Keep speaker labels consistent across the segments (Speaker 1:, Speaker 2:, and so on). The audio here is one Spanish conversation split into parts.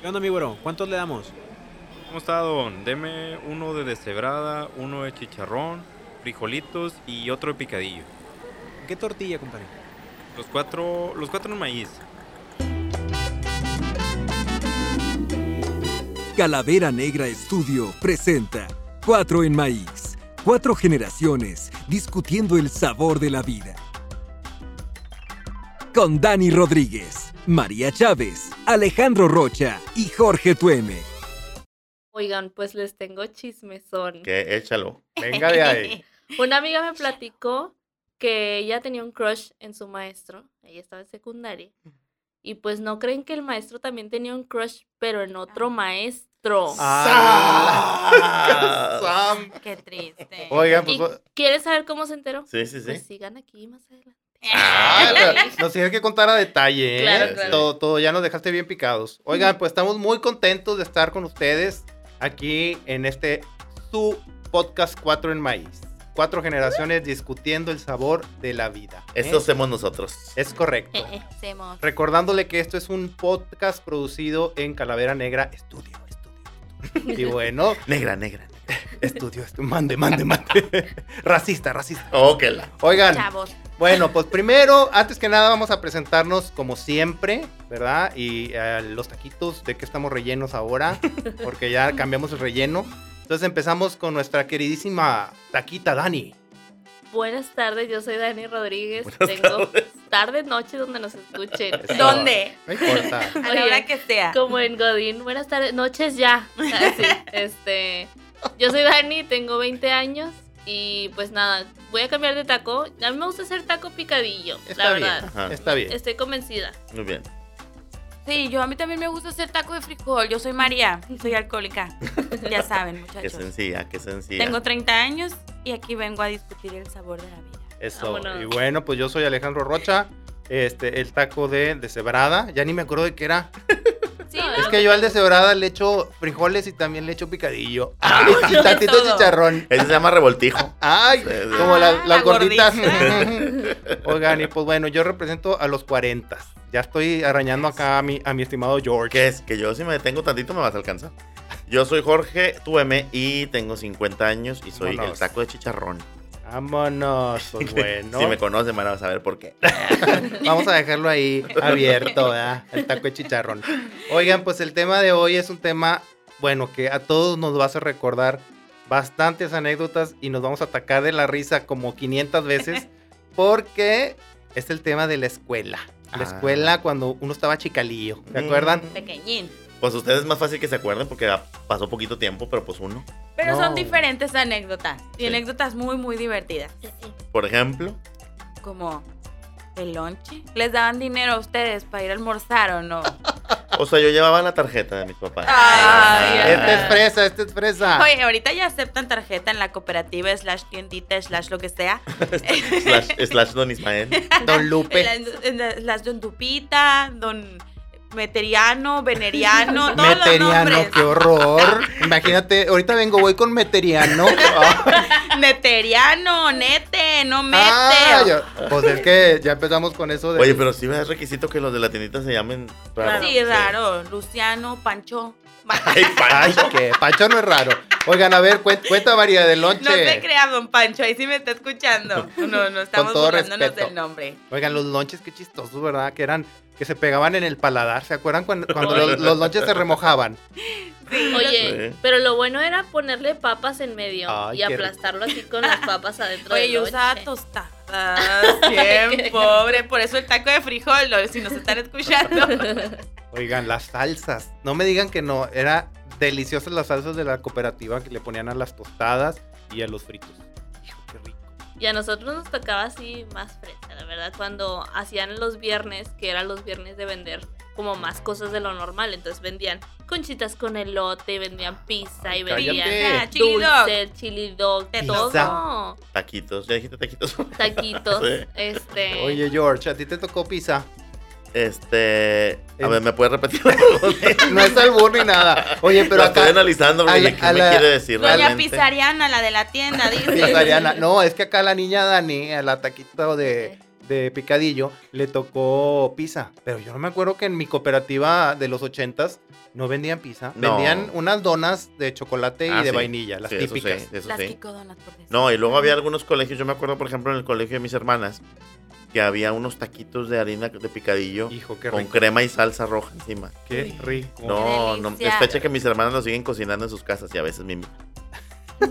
Speaker 1: ¿Qué onda, mi güero? ¿Cuántos le damos?
Speaker 2: ¿Cómo está, don? Deme uno de deshebrada, uno de chicharrón, frijolitos y otro de picadillo.
Speaker 1: ¿Qué tortilla, compadre?
Speaker 2: Los cuatro, los cuatro en maíz.
Speaker 3: Calavera Negra Estudio presenta Cuatro en Maíz. Cuatro generaciones discutiendo el sabor de la vida. Con Dani Rodríguez, María Chávez, Alejandro Rocha y Jorge Tueme.
Speaker 4: Oigan, pues les tengo chismesón.
Speaker 5: Que échalo. Venga de ahí.
Speaker 4: Una amiga me platicó que ella tenía un crush en su maestro. Ella estaba en secundaria. Y pues no creen que el maestro también tenía un crush, pero en
Speaker 6: Ah.
Speaker 4: otro maestro.
Speaker 5: Ah, Sam.
Speaker 6: Qué triste.
Speaker 5: Oigan,
Speaker 4: ¿Y
Speaker 5: pues. va-
Speaker 4: ¿Quieres saber cómo se enteró?
Speaker 5: Sí, sí,
Speaker 4: Pues
Speaker 5: sí.
Speaker 4: sigan aquí más adelante.
Speaker 5: Ah, la- nos tienes que contar a detalle, ¿eh?
Speaker 4: Claro, claro.
Speaker 5: Todo, todo, ya nos dejaste bien picados. Oigan, pues estamos muy contentos de estar con ustedes aquí en este su podcast 4 en maíz. Cuatro generaciones discutiendo el sabor de la vida. ¿eh?
Speaker 7: Eso hacemos nosotros.
Speaker 5: Es correcto.
Speaker 4: Eh,
Speaker 6: Hacemos.
Speaker 5: Recordándole que esto es un podcast producido en Calavera Negra Estudio. estudio. Y bueno,
Speaker 7: Negra, negra.
Speaker 5: estudio, estu- mande, mande, mande. Racista, racista.
Speaker 7: Oh, que la.
Speaker 5: Oigan,
Speaker 6: Chavos.
Speaker 5: bueno, pues primero, antes que nada, vamos a presentarnos como siempre, ¿verdad? Y eh, los taquitos, de que estamos rellenos ahora, porque ya cambiamos el relleno. Entonces empezamos con nuestra queridísima taquita Dani.
Speaker 4: Buenas tardes, yo soy Dani Rodríguez. tengo tarde, noche donde nos escuchen.
Speaker 5: Eso.
Speaker 6: ¿Dónde?
Speaker 5: No importa.
Speaker 6: A
Speaker 4: Oigan,
Speaker 6: la hora que sea.
Speaker 4: Como en Godín. Buenas tardes, noches ya. Así, este, yo soy Dani, tengo 20 años y pues nada, voy a cambiar de taco. A mí me gusta hacer taco picadillo, la
Speaker 5: Está bien,
Speaker 4: verdad.
Speaker 7: Ajá.
Speaker 5: está bien.
Speaker 4: Estoy convencida.
Speaker 7: Muy bien.
Speaker 6: Sí, yo a mí también me gusta hacer taco de frijol. Yo soy María, soy alcohólica. Ya saben,
Speaker 7: Qué
Speaker 6: muchachos.
Speaker 7: sencilla, qué sencilla.
Speaker 6: Tengo 30 años y aquí vengo a discutir el sabor de la vida.
Speaker 5: Eso.
Speaker 4: Vámonos.
Speaker 5: Y bueno, pues yo soy Alejandro Rocha. Este, el taco de deshebrada. Ya ni me acuerdo de qué era.
Speaker 6: Sí,
Speaker 4: No,
Speaker 5: Es
Speaker 4: lo
Speaker 5: que
Speaker 4: que
Speaker 5: yo al
Speaker 4: tengas.
Speaker 5: deshebrada le echo frijoles y también le echo picadillo. y tantito
Speaker 6: Todo.
Speaker 5: chicharrón.
Speaker 7: Ese se llama revoltijo.
Speaker 5: Ay,
Speaker 7: Sí, sí.
Speaker 5: como la-
Speaker 6: Ah,
Speaker 5: las
Speaker 6: la
Speaker 5: gorditas. Oigan, y pues bueno, yo represento a los 40. Ya estoy arañando acá a mi, a mi estimado George.
Speaker 7: Que es que yo si me detengo tantito me vas a alcanzar. Yo soy Jorge Tueme y tengo 50 años y soy
Speaker 5: Vámonos.
Speaker 7: el taco de chicharrón.
Speaker 5: Vámonos, pues bueno.
Speaker 7: Si me conocen van a saber por qué.
Speaker 5: Vamos a dejarlo ahí abierto, ¿verdad? El taco de chicharrón. Oigan, pues el tema de hoy es un tema, bueno, que a todos nos va a hacer recordar bastantes anécdotas y nos vamos a atacar de la risa como 500 veces porque es el tema de la escuela. La
Speaker 7: Ah.
Speaker 5: escuela cuando uno estaba chicalillo, ¿se acuerdan?
Speaker 6: Pequeñín.
Speaker 7: Pues ustedes es más fácil que se acuerden porque ya pasó poquito tiempo, pero pues uno.
Speaker 6: Pero
Speaker 5: No.
Speaker 6: son diferentes anécdotas. Y
Speaker 7: Sí.
Speaker 6: anécdotas muy, muy divertidas.
Speaker 7: Por ejemplo,
Speaker 6: Como el lonche. ¿Les daban dinero a ustedes para ir a almorzar o no?
Speaker 7: o sea, yo llevaba la tarjeta de mis papás.
Speaker 6: Ay,
Speaker 7: Ah,
Speaker 5: Este es fresa, este es fresa.
Speaker 6: Oye, ahorita ya aceptan tarjeta en la cooperativa, slash tiendita, slash lo que sea.
Speaker 7: Este slash, slash Don Ismael.
Speaker 5: Don Lupe.
Speaker 6: En la- en la- Las Don Dupita, Don Meteriano, Veneriano, todos los
Speaker 5: Meteriano,
Speaker 6: nombres.
Speaker 5: qué horror. Imagínate, ahorita vengo, voy con Meteriano.
Speaker 6: Meteriano, Nete, no Mete.
Speaker 5: Ah, yo- pues es que ya empezamos con eso de.
Speaker 7: Oye, pero sí me das requisito que los de la tiendita se llamen raro.
Speaker 6: sí, raro. Luciano, Pancho.
Speaker 7: Ay,
Speaker 5: Ay,
Speaker 7: Pancho.
Speaker 5: que Pancho no es raro. Oigan, a ver, cuen- cuenta variedad de lonche.
Speaker 6: No te creas, don Pancho, ahí sí me está escuchando. No, no estamos
Speaker 5: todo
Speaker 6: burlándonos
Speaker 5: respeto.
Speaker 6: del nombre.
Speaker 5: Oigan, los lonches, qué chistosos, ¿verdad? Que eran, que se pegaban en el paladar. ¿Se acuerdan cuando, cuando los, los lonches se remojaban?
Speaker 4: Oye,
Speaker 7: Sí.
Speaker 4: pero lo bueno era ponerle papas en medio
Speaker 5: Ay,
Speaker 4: y
Speaker 5: qué rico.
Speaker 4: aplastarlo así con las papas adentro
Speaker 6: Oye,
Speaker 4: del
Speaker 6: yo
Speaker 4: lonche.
Speaker 6: usaba tostadas. Bien, pobre. Por eso el taco de frijol, lo- si nos están escuchando.
Speaker 5: Oigan, las salsas. No me digan que no. Era deliciosas las salsas de la cooperativa que le ponían a las tostadas y a los fritos. Hijo, qué rico.
Speaker 4: Y a nosotros nos tocaba así más fresa, la verdad, cuando hacían los viernes, que eran los viernes de vender como más cosas de lo normal. Entonces vendían conchitas con elote, vendían pizza y vendían
Speaker 5: cállate.
Speaker 6: Ah, chili dog.
Speaker 4: dulce, chili dog,
Speaker 6: Pizza.
Speaker 4: todo.
Speaker 7: Taquitos, ya dijiste taquitos.
Speaker 4: Taquitos,
Speaker 7: Sí.
Speaker 4: este...
Speaker 5: Oye, George, ¿a ti te tocó pizza?
Speaker 7: Este. A
Speaker 5: En-
Speaker 7: ver, ¿me puedes repetir la pregunta?
Speaker 5: No es albur ni nada. Oye, pero
Speaker 7: la estoy
Speaker 5: acá...
Speaker 7: analizando,
Speaker 5: a
Speaker 7: porque
Speaker 5: la-
Speaker 7: ¿qué
Speaker 5: a
Speaker 7: me
Speaker 5: la-
Speaker 7: quiere decir
Speaker 6: Doña
Speaker 7: realmente?
Speaker 6: Pizariana, la de la tienda, dice.
Speaker 5: Pizariana. No, es que acá la niña Dani, a la taquita de, de Picadillo le tocó pizza. Pero yo no me acuerdo que en mi cooperativa de los ochentas no vendían pizza.
Speaker 7: No.
Speaker 5: Vendían unas donas de chocolate
Speaker 7: Ah,
Speaker 5: y de
Speaker 7: sí.
Speaker 5: vainilla, las
Speaker 7: Sí, eso sí,
Speaker 5: típicas.
Speaker 7: eso
Speaker 4: Las
Speaker 7: sí.
Speaker 4: Kiko Donuts, por decir.
Speaker 7: No, y luego había algunos colegios, yo me acuerdo, por ejemplo, en el colegio de mis hermanas, que había unos taquitos de harina de picadillo
Speaker 5: Hijo, qué
Speaker 7: con
Speaker 5: rico.
Speaker 7: crema y salsa roja encima.
Speaker 5: Qué rico.
Speaker 7: No, no,
Speaker 4: delicia.
Speaker 7: es fecha que mis hermanas lo siguen cocinando en sus casas y a veces me invitan.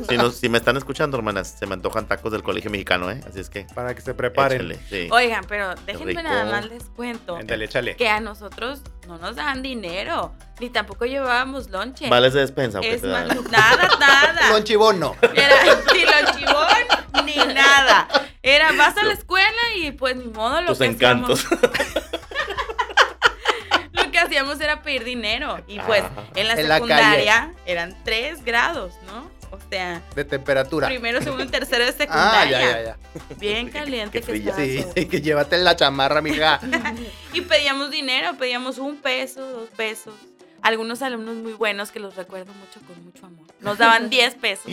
Speaker 7: Si, nos- si me están escuchando, hermanas, se me antojan tacos del colegio mexicano, ¿eh? Así es que
Speaker 5: Para que se preparen.
Speaker 7: échale, sí.
Speaker 6: Oigan, pero déjenme
Speaker 7: rico.
Speaker 6: nada más les cuento
Speaker 5: Ándale, échale.
Speaker 6: que a nosotros no nos dan dinero, ni tampoco llevábamos lonche.
Speaker 7: Vales de despensa, aunque
Speaker 6: Es
Speaker 7: te
Speaker 6: más,
Speaker 7: dan.
Speaker 6: nada, nada.
Speaker 5: Don Chibono.
Speaker 6: Era ni lo chivón ni nada. Era vas a la escuela y pues ni modo lo
Speaker 7: Tus
Speaker 6: que
Speaker 7: encantos.
Speaker 6: hacíamos. Lo que hacíamos era pedir dinero. Y pues
Speaker 7: Ah.
Speaker 6: en la
Speaker 5: En la
Speaker 6: secundaria eran tres grados, ¿no? O sea,
Speaker 5: De temperatura.
Speaker 6: primero, segundo y tercero de
Speaker 5: Ah,
Speaker 6: secundaria.
Speaker 5: ya, ya, ya.
Speaker 6: Bien caliente
Speaker 7: qué
Speaker 6: que
Speaker 7: fría.
Speaker 6: estaba
Speaker 5: Sí,
Speaker 6: todo.
Speaker 5: sí, que llévate la chamarra, mija.
Speaker 6: Y pedíamos dinero, pedíamos un peso, dos pesos. Algunos alumnos muy buenos que los recuerdo mucho con mucho amor. Nos daban 10 pesos.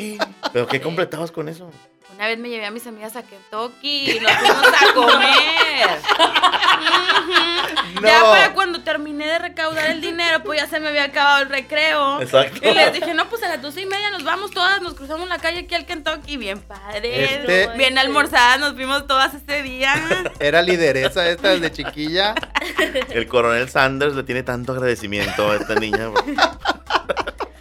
Speaker 7: ¿Pero qué completabas con eso?
Speaker 6: Una vez me llevé a mis amigas a Kentucky y nos fuimos a comer. Ujú. Ya
Speaker 5: No.
Speaker 6: para cuando terminé de recaudar el dinero, pues ya se me había acabado el recreo.
Speaker 7: Exacto.
Speaker 6: Y les dije, no, pues a las doce y media nos vamos todas, nos cruzamos la calle aquí al Kentucky, bien padres,
Speaker 5: Este-
Speaker 6: bien almorzadas, nos vimos todas ese día.
Speaker 5: Era lideresa esta desde chiquilla.
Speaker 7: El coronel Sanders le tiene tanto agradecimiento a esta niña.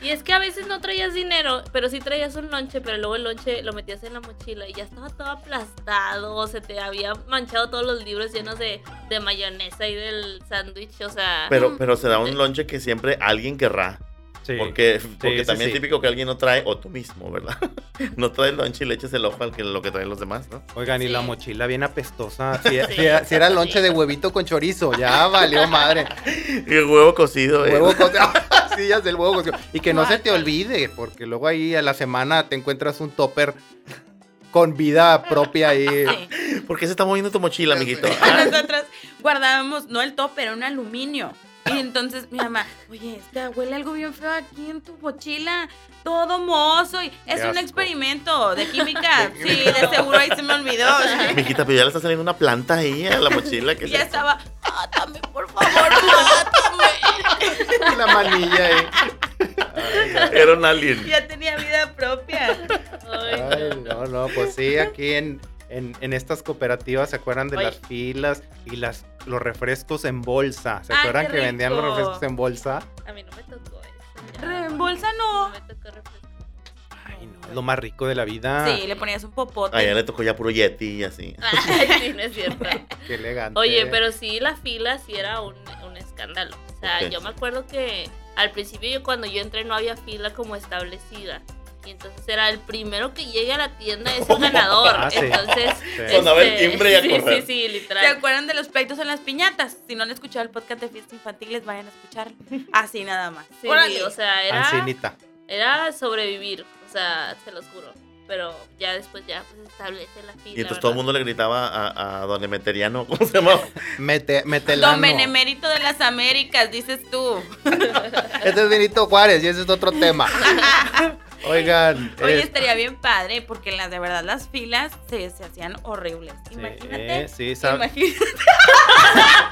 Speaker 4: Y es que a veces no traías dinero, pero sí traías un lonche, pero luego el lonche lo metías en la mochila y ya estaba todo aplastado, se te había manchado todos los libros llenos de, de mayonesa y del sándwich, o sea...
Speaker 7: Pero, pero será un lonche que siempre alguien querrá.
Speaker 5: Sí.
Speaker 7: Porque, porque
Speaker 5: sí,
Speaker 7: también es
Speaker 5: sí.
Speaker 7: típico que alguien no trae, o tú mismo, ¿verdad? No traes lonche y le eches el ojo al que lo que traen los demás, ¿no?
Speaker 5: Oigan, y la
Speaker 4: Sí.
Speaker 5: mochila bien apestosa. Si, si- si
Speaker 4: Sí.
Speaker 5: era lonche de huevito con chorizo, ya valió madre.
Speaker 7: Y el huevo cocido, ¿eh?
Speaker 5: Huevo cocido. Sí, ya sé, el huevo cocido. Y que no se te olvide, porque luego ahí a la semana te encuentras un topper con vida propia ahí.
Speaker 6: Sí.
Speaker 7: ¿Por qué se está moviendo tu mochila,
Speaker 5: Ya sé.
Speaker 7: amiguito?
Speaker 6: A nosotras guardábamos, no el top, pero un aluminio. Y entonces mi mamá, oye, es que huele algo bien feo aquí en tu mochila, todo mozo. y es un
Speaker 5: asco.
Speaker 6: experimento de química. Sí, de seguro ahí se me olvidó.
Speaker 7: Mijita, pero ya le está saliendo una planta ahí a la mochila. Que
Speaker 6: Y ya
Speaker 7: se...
Speaker 6: estaba, mátame, por favor, mátame.
Speaker 5: Y la manilla ahí.
Speaker 7: Era un alien.
Speaker 6: Ya tenía vida propia.
Speaker 4: ay, no.
Speaker 5: Ay, no, no, pues sí, aquí en, en, en estas cooperativas se acuerdan de
Speaker 4: Oye.
Speaker 5: las filas y las, los refrescos en bolsa. ¿Se
Speaker 4: Ah,
Speaker 6: Ay,
Speaker 5: acuerdan
Speaker 6: qué
Speaker 5: que vendían los
Speaker 6: rico.
Speaker 5: reefrescos en bolsa?
Speaker 4: A mí no me tocó eso. ya.
Speaker 6: Reembolsa
Speaker 4: No
Speaker 6: no.
Speaker 4: me tocó refresco.
Speaker 5: Ay, no, es lo más rico de la vida.
Speaker 6: Sí, le ponías un popote.
Speaker 7: Ah, ya le tocó ya puro Yeti y así.
Speaker 4: Ay, sí, no es cierto.
Speaker 5: Qué elegante.
Speaker 4: Oye, pero sí, la fila sí era un, un escándalo. O sea,
Speaker 7: Ok.
Speaker 4: yo me acuerdo que al principio yo- cuando yo entré no había fila como establecida. Y entonces era el primero que llegue a la tienda es un ganador.
Speaker 5: Ah, sí.
Speaker 4: Entonces... este,
Speaker 7: Sonaba el timbre y a
Speaker 4: sí, sí,
Speaker 7: correr.
Speaker 4: sí,
Speaker 6: ¿Se
Speaker 4: literal.
Speaker 6: acuerdan de los pleitos en las piñatas? Si no han escuchado el podcast de fiestas infantiles, vayan a escucharlo. Así nada más.
Speaker 4: Sí,
Speaker 6: Órale.
Speaker 4: o sea, era,
Speaker 5: Ancinita.
Speaker 4: era sobrevivir. O sea, se los juro. Pero ya después ya pues, establece la fila.
Speaker 7: Y entonces
Speaker 4: ¿verdad?
Speaker 7: todo el mundo le gritaba a, a don Emeteriano, ¿cómo se llamaba?
Speaker 5: Mete, metelano.
Speaker 6: Don Benemérito de las Américas, dices tú.
Speaker 5: Este es Benito Juárez y ese es otro tema. Oigan.
Speaker 6: Oye,
Speaker 5: es-
Speaker 6: estaría bien padre, porque las de verdad las filas se, se hacían horribles. Imagínate.
Speaker 5: Sí, sab-
Speaker 6: imagínate.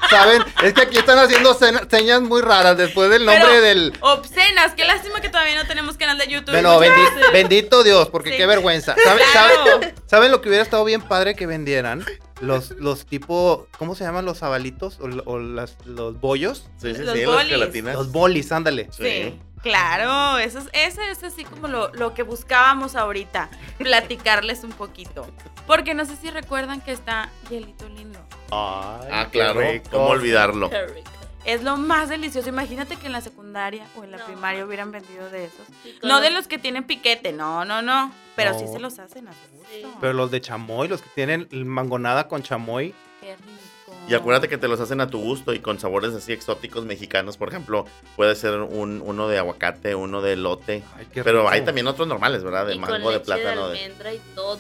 Speaker 5: saben, es que aquí están haciendo sena- señas muy raras después del nombre
Speaker 6: Pero-
Speaker 5: del...
Speaker 6: Obscenas, qué lástima que todavía no tenemos canal de YouTube.
Speaker 5: Bueno, bendi- bendito Dios, porque
Speaker 6: Sí.
Speaker 5: qué vergüenza. ¿Saben,
Speaker 6: Claro.
Speaker 5: saben- saben lo que hubiera estado bien padre que vendieran? Los, los tipo, ¿cómo se llaman los zabalitos? O, o las- los bollos.
Speaker 7: Sí, sí,
Speaker 6: Los
Speaker 7: sí, las
Speaker 6: bolis.
Speaker 7: gelatinas.
Speaker 5: Los bolis, ándale.
Speaker 6: Sí, claro, eso es, ese es así como lo, lo que buscábamos ahorita, platicarles un poquito. Porque no sé si recuerdan que está hielito lindo.
Speaker 7: Ah, claro, ¿cómo olvidarlo?
Speaker 4: Qué rico.
Speaker 6: Es lo más delicioso. Imagínate que en la secundaria o en la
Speaker 4: No.
Speaker 6: primaria hubieran vendido de esos.
Speaker 4: Y con
Speaker 6: No de
Speaker 4: los-
Speaker 6: los que tienen piquete, no, no, no. Pero sí
Speaker 5: No.
Speaker 6: se los hacen a su gusto.
Speaker 4: Sí.
Speaker 5: Pero los de chamoy, los que tienen mangonada con chamoy.
Speaker 6: Qué rico.
Speaker 7: Y acuérdate que te los hacen a tu gusto y con sabores así exóticos mexicanos, por ejemplo, puede ser un, uno de aguacate, uno de elote,
Speaker 5: Ay, qué
Speaker 7: pero
Speaker 5: rico.
Speaker 7: hay también otros normales, ¿verdad? De
Speaker 4: y con
Speaker 7: mango, de
Speaker 4: leche
Speaker 7: plátano,
Speaker 4: de
Speaker 7: de
Speaker 4: almendra y todo.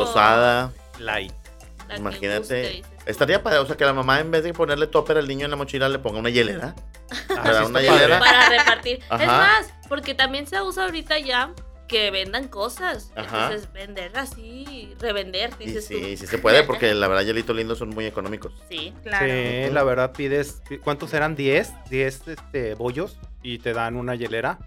Speaker 7: deslactosada.
Speaker 5: Light.
Speaker 4: La que guste,
Speaker 7: Imagínate.
Speaker 4: dices tú.
Speaker 7: Estaría padre, o sea, que la mamá en vez de ponerle topper al niño en la mochila le ponga una hielera.
Speaker 5: Ah,
Speaker 7: Pero
Speaker 5: sí
Speaker 7: una
Speaker 5: está padre.
Speaker 7: hielera.
Speaker 4: para repartir.
Speaker 7: Ajá.
Speaker 4: Es más, porque también se usa ahorita ya que vendan cosas.
Speaker 7: Ajá.
Speaker 4: Entonces, vender así, revender,
Speaker 7: Y
Speaker 4: dices
Speaker 7: sí, sí se puede, porque la verdad, hielito lindo son muy económicos.
Speaker 4: tú. Sí.
Speaker 6: Claro.
Speaker 5: Sí, la verdad pides, ¿cuántos eran? ¿10? 10 este, bollos y te dan una hielera.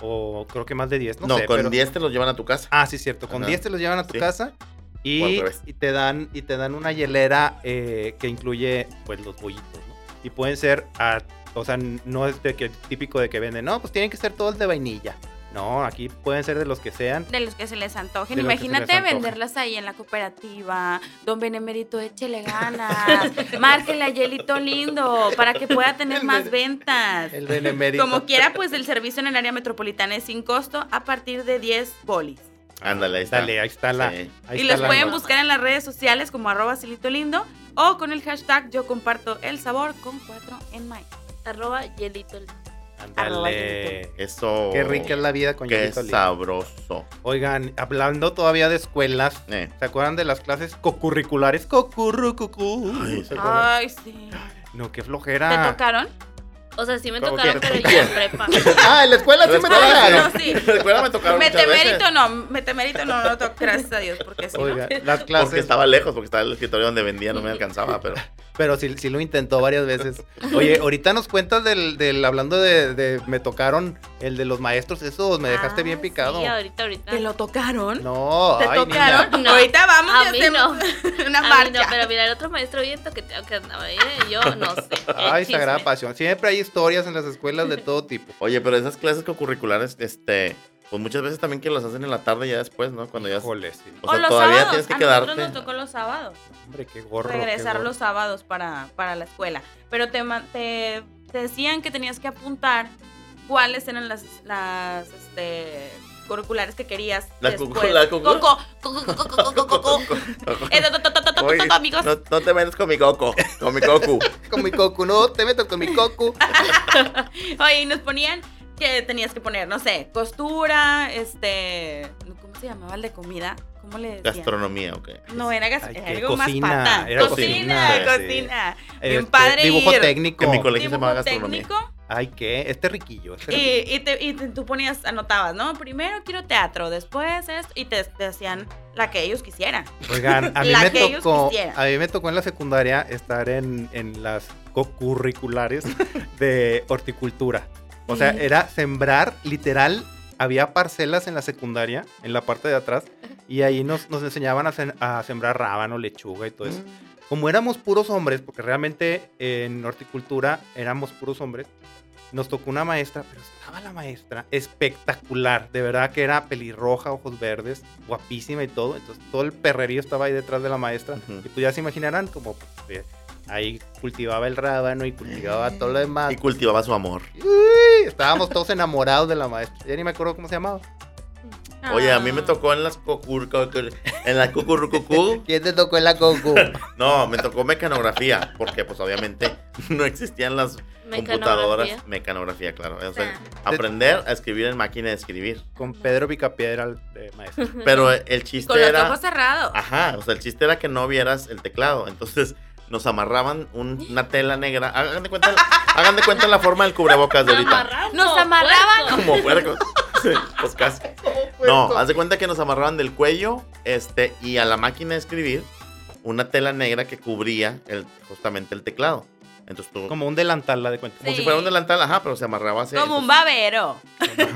Speaker 5: O creo que más de 10, no,
Speaker 7: No,
Speaker 5: sé.
Speaker 7: con
Speaker 5: pero-
Speaker 7: 10 te los llevan a tu casa.
Speaker 5: Ah, sí, cierto. Con
Speaker 7: Ajá.
Speaker 5: 10 te los llevan a tu
Speaker 7: Sí.
Speaker 5: casa
Speaker 7: O al
Speaker 5: y,
Speaker 7: revés.
Speaker 5: y te dan, y te dan una hielera eh, que incluye pues los bollitos, ¿no? Y pueden ser, ah, o sea, no es de que típico de que venden, no, pues tienen que ser todos de vainilla. No, aquí pueden ser de los que sean.
Speaker 6: De los que se les antojen.
Speaker 5: De los que se les
Speaker 6: Imagínate
Speaker 5: antoje.
Speaker 6: venderlas ahí en la cooperativa. Don Benemérito, échele ganas. Márquele a Yelito Lindo para que pueda tener
Speaker 5: El
Speaker 6: más
Speaker 5: bene-
Speaker 6: ventas.
Speaker 5: El benemérito.
Speaker 6: Como quiera, pues el servicio en el área metropolitana es sin costo a partir de 10 bolis.
Speaker 7: Ándale, ahí está.
Speaker 5: Dale, ahí está la.
Speaker 7: Sí.
Speaker 5: ahí
Speaker 6: y
Speaker 5: está
Speaker 6: los
Speaker 5: la
Speaker 6: pueden
Speaker 5: nota.
Speaker 6: buscar en las redes sociales como arroba silito lindo o con el hashtag yo comparto el sabor con 4 en mayo.
Speaker 4: Arroba hielito. lindo.
Speaker 6: Arroba
Speaker 5: Ándale.
Speaker 7: Eso.
Speaker 5: Qué rica es la vida con
Speaker 7: Qué
Speaker 5: hielito lindo.
Speaker 7: sabroso.
Speaker 5: Oigan, hablando todavía de escuelas,
Speaker 7: Eh.
Speaker 5: ¿se acuerdan de las clases cocurriculares? Cocurrucucú.
Speaker 7: Ay,
Speaker 5: ¿Se acuerdan?
Speaker 6: Ay, sí.
Speaker 5: No, qué
Speaker 7: Ah.
Speaker 6: ¿Te
Speaker 5: flojera.
Speaker 6: tocaron?
Speaker 4: O sea, sí me
Speaker 7: ¿Cómo
Speaker 4: tocaron,
Speaker 7: que-
Speaker 4: pero ya en prepa.
Speaker 5: Ah, en la escuela sí me
Speaker 7: Claro.
Speaker 5: tocaron.
Speaker 6: No, sí.
Speaker 7: Recuerda, me tocaron muchas veces.
Speaker 6: Metemérito no, metemérito no, no toco, gracias a Dios, porque si no.
Speaker 5: Oiga, las
Speaker 7: Porque
Speaker 5: clases.
Speaker 7: estaba lejos, porque estaba en el escritorio donde vendía, no me alcanzaba, pero.
Speaker 5: Pero sí, sí lo intentó varias veces. Oye, ahorita nos cuentas del, del hablando de, de me tocaron el de los maestros, eso me dejaste
Speaker 4: Ah,
Speaker 5: bien picado.
Speaker 4: Sí, ahorita, ahorita.
Speaker 6: ¿Te lo tocaron?
Speaker 5: No,
Speaker 6: ¿Te
Speaker 5: ay,
Speaker 6: tocaron?
Speaker 5: niña.
Speaker 4: No.
Speaker 6: Ahorita vamos y
Speaker 4: A mí
Speaker 6: hacemos una
Speaker 4: A mí
Speaker 6: marcha.
Speaker 4: no, pero mira, el otro maestro bien toqueteado que andaba ahí, ¿eh? yo no sé. el
Speaker 5: Ay,
Speaker 4: chisme.
Speaker 5: sagrada pasión. Siempre hay historias en las escuelas de todo tipo.
Speaker 7: Oye, pero esas clases curriculares, este. Pues muchas veces también que las hacen en la tarde ya después, ¿no? Cuando ya.
Speaker 5: Híjole, sí.
Speaker 7: O sea, todavía tienes que
Speaker 6: a nosotros
Speaker 7: quedarte.
Speaker 6: nos tocó los sábados.
Speaker 5: Hombre, qué gorro. qué
Speaker 6: regresar
Speaker 5: gorro.
Speaker 6: los sábados para, para la escuela. Pero te, ma- te, te decían que tenías que apuntar cuáles eran las, las este, curriculares que querías.
Speaker 7: Las
Speaker 6: después.
Speaker 7: cucu- las cucu-
Speaker 6: Coco, coco, coco, coco, coco, coco. Eh, to, to, to, to, to, to,
Speaker 7: Oye,
Speaker 6: to, to, amigos.
Speaker 7: No, no te metas con mi coco, con mi coco.
Speaker 5: Con mi coco, no te metas con mi coco.
Speaker 6: Oye, y nos ponían que tenías que poner, no sé, costura, este, ¿cómo se llamaba el de comida? ¿Cómo le decían?
Speaker 7: Gastronomía, ok.
Speaker 6: No, era, gas-
Speaker 5: Ay,
Speaker 6: era
Speaker 5: que
Speaker 6: algo
Speaker 5: cocina,
Speaker 6: más pata.
Speaker 5: era
Speaker 6: cocina,
Speaker 5: cocina,
Speaker 6: cocina.
Speaker 5: sí.
Speaker 6: Bien
Speaker 5: Este,
Speaker 6: padre
Speaker 5: Dibujo
Speaker 6: ir.
Speaker 5: técnico.
Speaker 7: En mi colegio se llamaba
Speaker 6: Dibujo
Speaker 7: gastronomía.
Speaker 6: técnico.
Speaker 5: Ay, ¿qué? Este riquillo. Este riquillo.
Speaker 6: Y, y te- y te- tú ponías, anotabas, ¿no? Primero quiero teatro, después esto, y te, te hacían la que ellos quisieran.
Speaker 5: Oigan, a mí
Speaker 6: La
Speaker 5: me
Speaker 6: que ellos
Speaker 5: tocó,
Speaker 6: quisieran.
Speaker 5: a mí me tocó en la secundaria estar en, en las cocurriculares de horticultura. O sea,
Speaker 6: Sí.
Speaker 5: era sembrar, literal, había parcelas en la secundaria, en la parte de atrás, y ahí nos, nos enseñaban a, sem- a sembrar rábano, lechuga y todo eso. Como éramos puros hombres, porque realmente en horticultura éramos puros hombres, nos tocó una maestra, pero estaba la maestra espectacular, de verdad que era pelirroja, ojos verdes, guapísima y todo, entonces todo el perrerío estaba ahí detrás de la maestra
Speaker 7: Ujú.
Speaker 5: y pues ya se imaginarán como pues, eh, ahí cultivaba el rábano y cultivaba todo lo demás.
Speaker 7: Y cultivaba su amor.
Speaker 5: Uy, estábamos todos enamorados de la maestra, ya ni me acuerdo cómo se llamaba.
Speaker 7: Oye, a mí
Speaker 6: Ah.
Speaker 7: me tocó en las cocur, cocur- en la cucurrucucú.
Speaker 5: ¿Quién te tocó en la coco?
Speaker 7: No, me tocó mecanografía, porque pues obviamente no existían las computadoras.
Speaker 4: Mecanografía.
Speaker 7: Mecanografía, claro. O
Speaker 4: O
Speaker 7: sea,
Speaker 4: sea,
Speaker 6: Ah.
Speaker 7: aprender a escribir en máquina de escribir.
Speaker 5: Con Pedro Picapiedra, el eh, maestro.
Speaker 7: Pero el chiste
Speaker 6: Con los
Speaker 7: era.
Speaker 6: ojos cerrados.
Speaker 7: Ajá, o sea, el chiste era que no vieras el teclado. Entonces nos amarraban un- una tela negra. Hagan de cuenta, hagan de cuenta la forma del cubrebocas de ahorita.
Speaker 4: amarrando,
Speaker 6: Nos amarraban.
Speaker 4: puerco.
Speaker 7: Como puerco. Sí, pues casi. No, haz de cuenta que nos amarraban del cuello este, y a la máquina de escribir una tela negra que cubría el, justamente el teclado. Entonces tú, como
Speaker 5: Como un delantal, la de cuenta.
Speaker 6: Sí.
Speaker 7: si fuera un delantal, ajá, pero se amarraba así.
Speaker 6: Como un
Speaker 7: entonces-
Speaker 6: babero.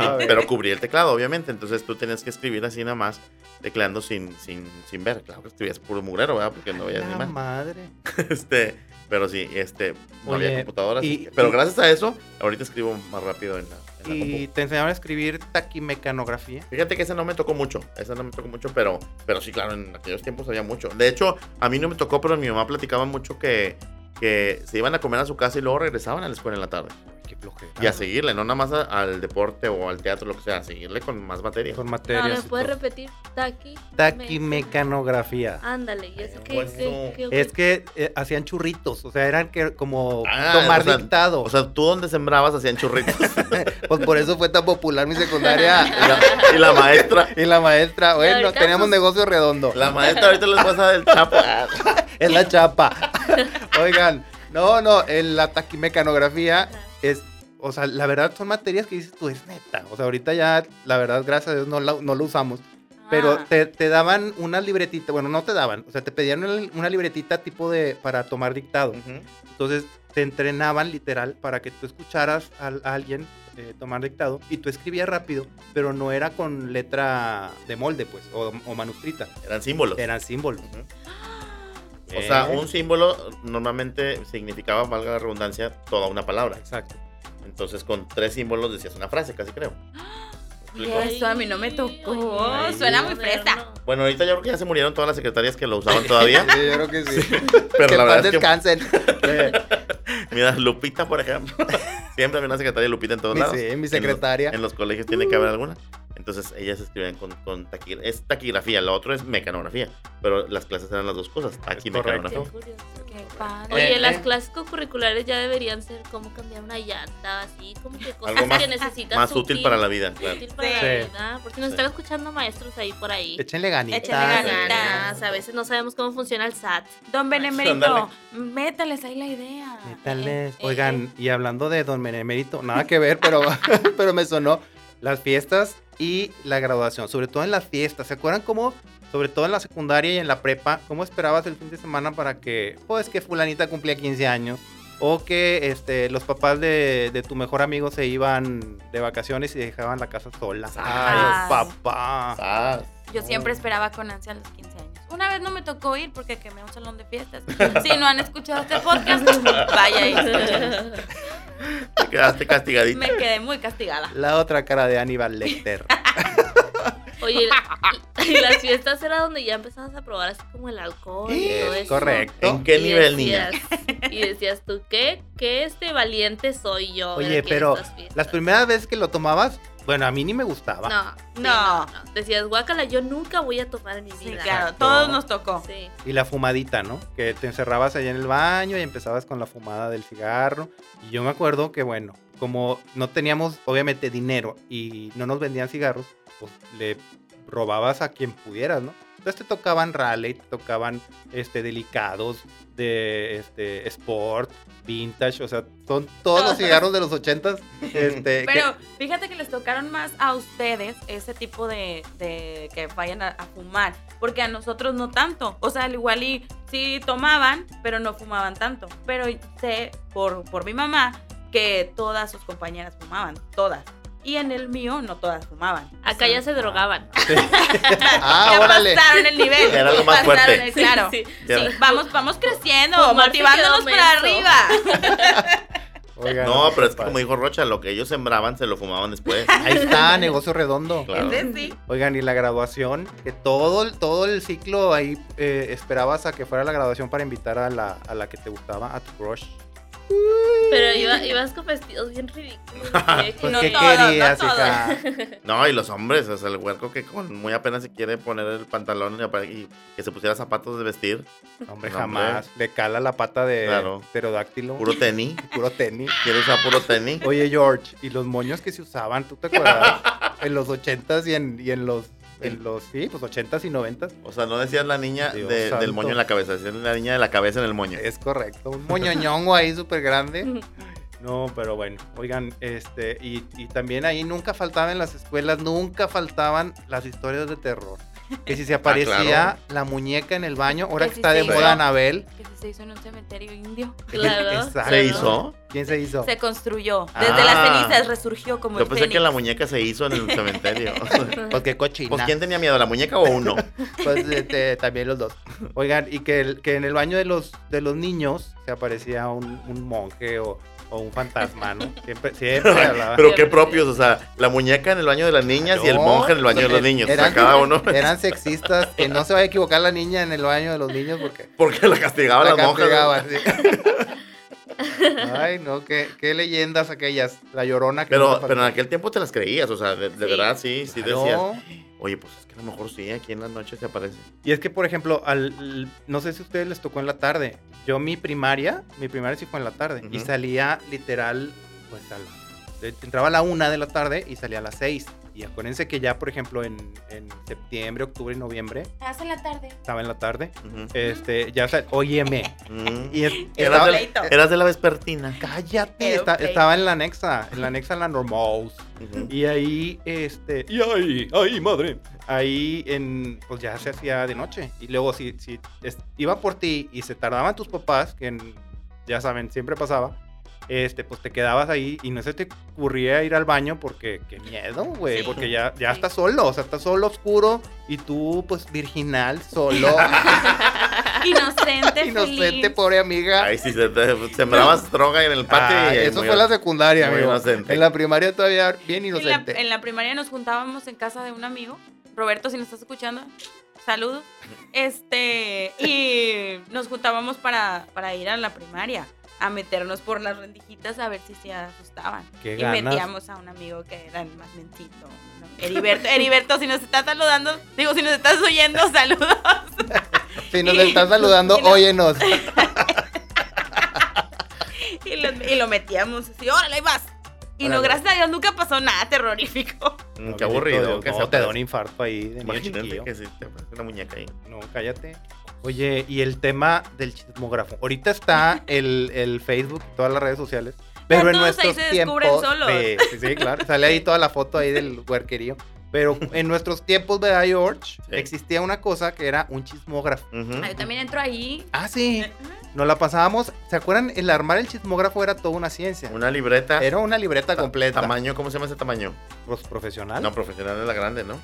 Speaker 7: Ajá, pero cubría el teclado, obviamente. Entonces tú tenías que escribir así nada más, tecleando sin, sin, sin ver. Claro que escribías puro mugrero, ¿verdad? Porque no veías ni
Speaker 5: La
Speaker 7: más.
Speaker 5: madre.
Speaker 7: Este, pero sí, este, no
Speaker 5: Oye,
Speaker 7: había computadoras.
Speaker 5: y-
Speaker 7: pero
Speaker 5: y-
Speaker 7: gracias a eso, ahorita escribo más rápido en la, en la
Speaker 5: Y
Speaker 7: compu.
Speaker 5: te enseñaron a escribir taquimecanografía.
Speaker 7: Fíjate que esa no me tocó mucho, esa no me tocó mucho, pero, pero sí, claro, en aquellos tiempos había mucho. De hecho, a mí no me tocó, pero mi mamá platicaba mucho que, que se iban a comer a su casa y luego regresaban a la escuela en la tarde.
Speaker 5: Qué flojera.
Speaker 7: Y a seguirle, no nada más a- al deporte o al teatro, lo que sea, a seguirle con más materia.
Speaker 5: Con
Speaker 4: No,
Speaker 5: materias.
Speaker 4: ¿me
Speaker 5: y
Speaker 4: puedes
Speaker 5: todo.
Speaker 4: repetir? Ah, Taqui.
Speaker 5: Taquimecanografía.
Speaker 4: Ándale, ¿y eso
Speaker 7: Ay,
Speaker 4: qué?
Speaker 7: pues,
Speaker 4: qué-
Speaker 7: no.
Speaker 4: qué- qué-
Speaker 5: Es que eh, hacían churritos, o sea, eran que como
Speaker 7: Ah,
Speaker 5: tomar
Speaker 7: o sea,
Speaker 5: dictado.
Speaker 7: O sea, tú donde sembrabas hacían churritos.
Speaker 5: pues por eso fue tan popular mi secundaria.
Speaker 7: y, la, y la maestra,
Speaker 5: y la maestra, bueno,
Speaker 4: ahorita
Speaker 5: teníamos
Speaker 4: sus-
Speaker 5: negocio redondo.
Speaker 7: la maestra ahorita les pasa del chapo. Ah,
Speaker 5: Es la chapa. Oigan, no, no, en la taquimecanografía es o sea, la verdad son materias que dices tú, es neta. O sea, ahorita ya, la verdad, gracias a Dios, no la, no lo usamos. Pero
Speaker 6: Ah,
Speaker 5: te, te daban una libretita, bueno, no te daban, o sea, te pedían una, una libretita tipo de, para tomar dictado.
Speaker 7: Ujú.
Speaker 5: Entonces te entrenaban literal para que tú escucharas al- a, alguien eh, tomar dictado y tú escribías rápido, pero no era con letra de molde, pues, o, o manuscrita,
Speaker 7: Eran símbolos.
Speaker 5: eran símbolos.
Speaker 7: Ujú. O sea, un símbolo normalmente significaba, valga la redundancia, toda una palabra.
Speaker 5: Exacto.
Speaker 7: Entonces, con tres símbolos decías una frase, casi creo. ¿Me explico?
Speaker 6: Eso a mí no me tocó.
Speaker 4: Oye,
Speaker 6: Suena muy
Speaker 4: moderno.
Speaker 6: fresa.
Speaker 7: Bueno, ahorita yo creo que ya se murieron todas las secretarias que lo usaban todavía.
Speaker 5: Sí, yo creo que sí.
Speaker 7: pero
Speaker 5: que
Speaker 7: la
Speaker 5: en
Speaker 7: verdad
Speaker 5: paz
Speaker 7: es que,
Speaker 5: descansen. Eh,
Speaker 7: mira, Lupita, por ejemplo. Siempre había una secretaria Lupita en todos
Speaker 5: Mi-
Speaker 7: lados.
Speaker 5: sí, mi
Speaker 7: En los-
Speaker 5: secretaria.
Speaker 7: En los, colegios tiene que haber alguna. Entonces, ellas escribían con, con taqui- Es taquigrafía, lo otro es mecanografía. Pero las clases eran las dos cosas, taqui y
Speaker 5: Es correcto.
Speaker 4: Qué
Speaker 7: mecanografía.
Speaker 4: curioso.
Speaker 6: Qué padre.
Speaker 4: Oye,
Speaker 5: Eh,
Speaker 4: las
Speaker 5: eh.
Speaker 4: clases curriculares ya deberían ser cómo cambiar una llanta, así, como que cosas
Speaker 7: Algo más-
Speaker 4: que necesitas.
Speaker 7: Más útil para la vida, claro.
Speaker 4: Útil para
Speaker 5: Sí.
Speaker 4: la vida. Porque nos
Speaker 7: Sí.
Speaker 4: están escuchando maestros ahí por ahí.
Speaker 5: Échenle ganitas.
Speaker 6: Échenle
Speaker 4: ganas. A veces no sabemos cómo funciona el SAT.
Speaker 6: Don Benemérito,
Speaker 7: Ándale.
Speaker 6: métales ahí la idea.
Speaker 5: Métales.
Speaker 6: Eh, eh,
Speaker 5: Oigan, y hablando de Don Benemérito, nada que ver, pero, pero me sonó las fiestas y la graduación, sobre todo en las fiestas. ¿Se acuerdan cómo, sobre todo en la secundaria y en la prepa, cómo esperabas el fin de semana para que, pues, que fulanita cumplía 15 años? O que este, los papás de, de tu mejor amigo se iban de vacaciones y dejaban la casa sola.
Speaker 6: Ay.
Speaker 5: ¡Ay, papá!
Speaker 7: Ah,
Speaker 6: Yo siempre esperaba con ansia los 15 años. Una vez no me tocó ir porque quemé un salón de fiestas. Si no han escuchado este podcast, vaya y escúchenlo.
Speaker 7: te quedaste castigadito.
Speaker 6: Me quedé muy castigada.
Speaker 5: La otra cara de Aníbal Lecter.
Speaker 4: Oye, y, y las fiestas era donde ya empezabas a probar así como el alcohol y todo
Speaker 5: es
Speaker 4: eso.
Speaker 5: correcto.
Speaker 7: ¿En qué
Speaker 4: Y
Speaker 7: nivel, niña?
Speaker 4: decías- Y decías tú, ¿qué? ¿Qué este valiente soy yo?
Speaker 5: Oye,
Speaker 4: aquí en
Speaker 5: pero
Speaker 4: estas fiestas?
Speaker 5: las Ah. primeras veces que lo tomabas, bueno, a mí ni me gustaba.
Speaker 4: No, sí, no,
Speaker 6: No.
Speaker 4: no. Decías, guácala, yo nunca voy a tomar en mi
Speaker 6: Sí,
Speaker 4: vida.
Speaker 6: claro,
Speaker 5: Exacto.
Speaker 6: todos nos tocó.
Speaker 4: Sí.
Speaker 5: Y la fumadita, ¿no? Que te encerrabas allá en el baño y empezabas con la fumada del cigarro. Y yo me acuerdo que, bueno, como no teníamos, obviamente, dinero y no nos vendían cigarros, pues le robabas a quien pudieras, ¿no? Entonces te tocaban Raleigh, te tocaban este, delicados, de este, Sport, Vintage, o sea, son todos los cigarros de los ochentas. Este, que-
Speaker 6: Pero fíjate que les tocaron más a ustedes ese tipo de, de que vayan a, a fumar, porque a nosotros no tanto. O sea, al igual y sí tomaban, pero no fumaban tanto. Pero sé por, por mi mamá que todas sus compañeras fumaban, todas. Y en el mío no todas fumaban.
Speaker 4: Acá ya se drogaban.
Speaker 5: ah,
Speaker 6: ya
Speaker 5: órale.
Speaker 6: pasaron el nivel.
Speaker 7: Era algo más
Speaker 6: Pasaron
Speaker 7: fuerte.
Speaker 6: el- claro.
Speaker 4: Sí,
Speaker 7: Ya.
Speaker 6: Sí, vamos, vamos creciendo,
Speaker 4: Fumar se
Speaker 6: motivándonos
Speaker 4: quedó
Speaker 6: para
Speaker 4: menso.
Speaker 6: arriba.
Speaker 5: Oigan,
Speaker 7: No, pero es que
Speaker 5: padre.
Speaker 7: como dijo Rocha, lo que ellos sembraban se lo fumaban después.
Speaker 5: Ahí está, negocio redondo.
Speaker 7: Claro.
Speaker 6: Ese sí.
Speaker 5: Oigan, y la graduación, que todo, el- todo el ciclo ahí eh, esperabas a que fuera la graduación para invitar a la, a la que te gustaba, a tu crush.
Speaker 4: Pero iba- ibas con vestidos bien ridículos. así de que-
Speaker 5: Pues,
Speaker 6: No
Speaker 5: ¿qué
Speaker 6: todos, no
Speaker 5: querías,
Speaker 6: todos.
Speaker 5: hija?
Speaker 7: No, y los hombres, o sea, el huerco que con muy apenas se quiere poner el pantalón y apare- y que se pusiera zapatos de vestir,
Speaker 5: Hombre,
Speaker 7: Hombre.
Speaker 5: jamás. Le cala la pata de
Speaker 7: Claro.
Speaker 5: pterodáctilo.
Speaker 7: puro tenis.
Speaker 5: puro tenis.
Speaker 7: Quiere usar puro tenis.
Speaker 5: Oye, George, y los moños que se usaban, ¿tú te acuerdas? en los ochentas y en, y en los... En los, sí, pues ochentas y noventas.
Speaker 7: O sea, no decías la niña
Speaker 5: Dios
Speaker 7: de- del
Speaker 5: santo.
Speaker 7: moño en la cabeza, decías la niña de la cabeza en el moño.
Speaker 5: Es correcto. Un moñoñongo ahí súper grande. No, pero bueno, oigan, este, y, y también ahí nunca faltaban en las escuelas, nunca faltaban las historias de terror. Que si se aparecía
Speaker 7: claro.
Speaker 5: la muñeca en el baño, ahora
Speaker 6: Que
Speaker 5: que
Speaker 6: si
Speaker 5: está
Speaker 6: se
Speaker 5: de
Speaker 6: hizo.
Speaker 5: moda Anabel,
Speaker 6: Que se hizo en un cementerio indio.
Speaker 4: Claro.
Speaker 5: Exacto.
Speaker 7: ¿Se hizo?
Speaker 5: ¿quién se hizo?
Speaker 6: Se construyó. Desde
Speaker 7: Ah.
Speaker 6: las cenizas resurgió como
Speaker 7: Yo
Speaker 6: el
Speaker 7: pensé que
Speaker 6: fénix.
Speaker 7: la muñeca se hizo en el cementerio.
Speaker 5: Pues qué cochina.
Speaker 7: Pues, ¿quién tenía miedo, la muñeca o uno?
Speaker 5: Pues, este, también los dos. Oigan, y que, el- que en el baño de los, de los niños se aparecía un, un monje o, o un fantasma, ¿no? Siempre, siempre hablaba.
Speaker 7: Pero qué propios, o sea, la muñeca en el baño de las niñas y el
Speaker 5: No,
Speaker 7: monje en el baño de los
Speaker 5: er-
Speaker 7: niños. O sea,
Speaker 5: eran-
Speaker 7: cada uno.
Speaker 5: Eran sexistas, que no se vaya a equivocar la niña en el baño de los niños porque...
Speaker 7: Porque la castigaba la,
Speaker 5: La
Speaker 7: monja.
Speaker 5: castigaban, sí. Ay, no, qué, qué leyendas aquellas. La llorona que
Speaker 7: Pero,
Speaker 5: nunca faltó.
Speaker 7: pero en aquel tiempo te las creías, o sea, de, de
Speaker 4: Sí.
Speaker 7: verdad sí, sí
Speaker 5: Claro.
Speaker 7: decías. Oye, pues es que a lo mejor sí, aquí en la noche se aparece.
Speaker 5: Y es que, por ejemplo, al, l- no sé si a ustedes les tocó en la tarde. Yo mi primaria, mi primaria sí fue en la tarde. Y
Speaker 7: Ujú.
Speaker 5: salía literal, pues a la- de- Entraba a la una de la tarde y salía a las seis. Y acuérdense que ya, por ejemplo, en, en septiembre, octubre y noviembre,
Speaker 6: Hace la tarde.
Speaker 5: estaba en la tarde,
Speaker 7: Ujú.
Speaker 5: este, ya sal- óyeme.
Speaker 7: Mm.
Speaker 5: Y es-
Speaker 7: Eras
Speaker 5: estaba,
Speaker 7: de, eras de la vespertina.
Speaker 5: cállate,
Speaker 6: Era
Speaker 5: esta-
Speaker 6: ok.
Speaker 5: estaba en la anexa, en la anexa en la normal.
Speaker 7: Ujú.
Speaker 5: Y ahí, este, y ahí, ahí, madre. Ahí, en, pues ya se hacía de noche. Y luego, si, si es- iba por ti y se tardaban tus papás, que en- ya saben, siempre pasaba, este, pues te quedabas ahí y no se te ocurría ir al baño porque, qué miedo, güey,
Speaker 4: Sí.
Speaker 5: porque ya, ya
Speaker 4: Sí.
Speaker 5: estás solo, o sea, estás solo, oscuro, y tú, pues, virginal, solo,
Speaker 6: Inocente,
Speaker 5: inocente,
Speaker 6: feliz.
Speaker 5: pobre amiga.
Speaker 7: Ay, sí, se te- sembrabas droga en el patio.
Speaker 5: Ah,
Speaker 7: y,
Speaker 5: eso
Speaker 7: eh, muy-
Speaker 5: fue la secundaria,
Speaker 7: muy
Speaker 5: amigo.
Speaker 7: inocente.
Speaker 5: En la primaria todavía bien
Speaker 6: En la,
Speaker 5: inocente.
Speaker 6: en la primaria nos juntábamos en casa de un amigo, Roberto, si nos estás escuchando, saludos. Este, y nos juntábamos para, para ir a la primaria, a meternos por las rendijitas a ver si se asustaban.
Speaker 5: Qué
Speaker 6: y
Speaker 5: ganas.
Speaker 6: metíamos a un amigo que era el más mentito. ¿no? Heriberto, Heriberto, si nos estás saludando, digo, si nos estás oyendo, saludos.
Speaker 5: Si nos estás saludando,
Speaker 6: Y no-
Speaker 7: Mm,
Speaker 5: óyenos.
Speaker 6: Y lo, y lo metíamos así, órale, ahí vas. Y no,
Speaker 5: Órale.
Speaker 6: gracias a Dios nunca pasó nada terrorífico.
Speaker 7: Mm, Qué aburrido. que
Speaker 5: Que
Speaker 7: se
Speaker 5: no, te da
Speaker 7: aparezca.
Speaker 5: un infarto ahí de niño
Speaker 7: Imagínate
Speaker 5: chiquillo.
Speaker 7: que si te aparece una muñeca ahí.
Speaker 5: No, cállate. Oye, y el tema del chismógrafo. Ahorita está el, el Facebook y todas las redes sociales. Pero en
Speaker 6: todos ahí
Speaker 5: nuestros
Speaker 6: se
Speaker 5: tiempos.
Speaker 6: descubren solos.
Speaker 5: Sí, sí, sí, claro. Sale ahí toda la foto ahí del huerquerío. Pero en nuestros tiempos, ¿verdad, George? Existía una cosa que era un chismógrafo.
Speaker 7: Ujú.
Speaker 6: Ah, Yo también entro ahí.
Speaker 5: Ah, sí. Nos la pasábamos. ¿Se acuerdan? El armar el chismógrafo era toda una ciencia.
Speaker 7: Una libreta.
Speaker 5: Era una libreta
Speaker 7: Ah. ta-
Speaker 5: completa.
Speaker 7: Tamaño, ¿cómo se llama ese tamaño?
Speaker 5: Pues, profesional.
Speaker 7: No, profesional es la grande, ¿no?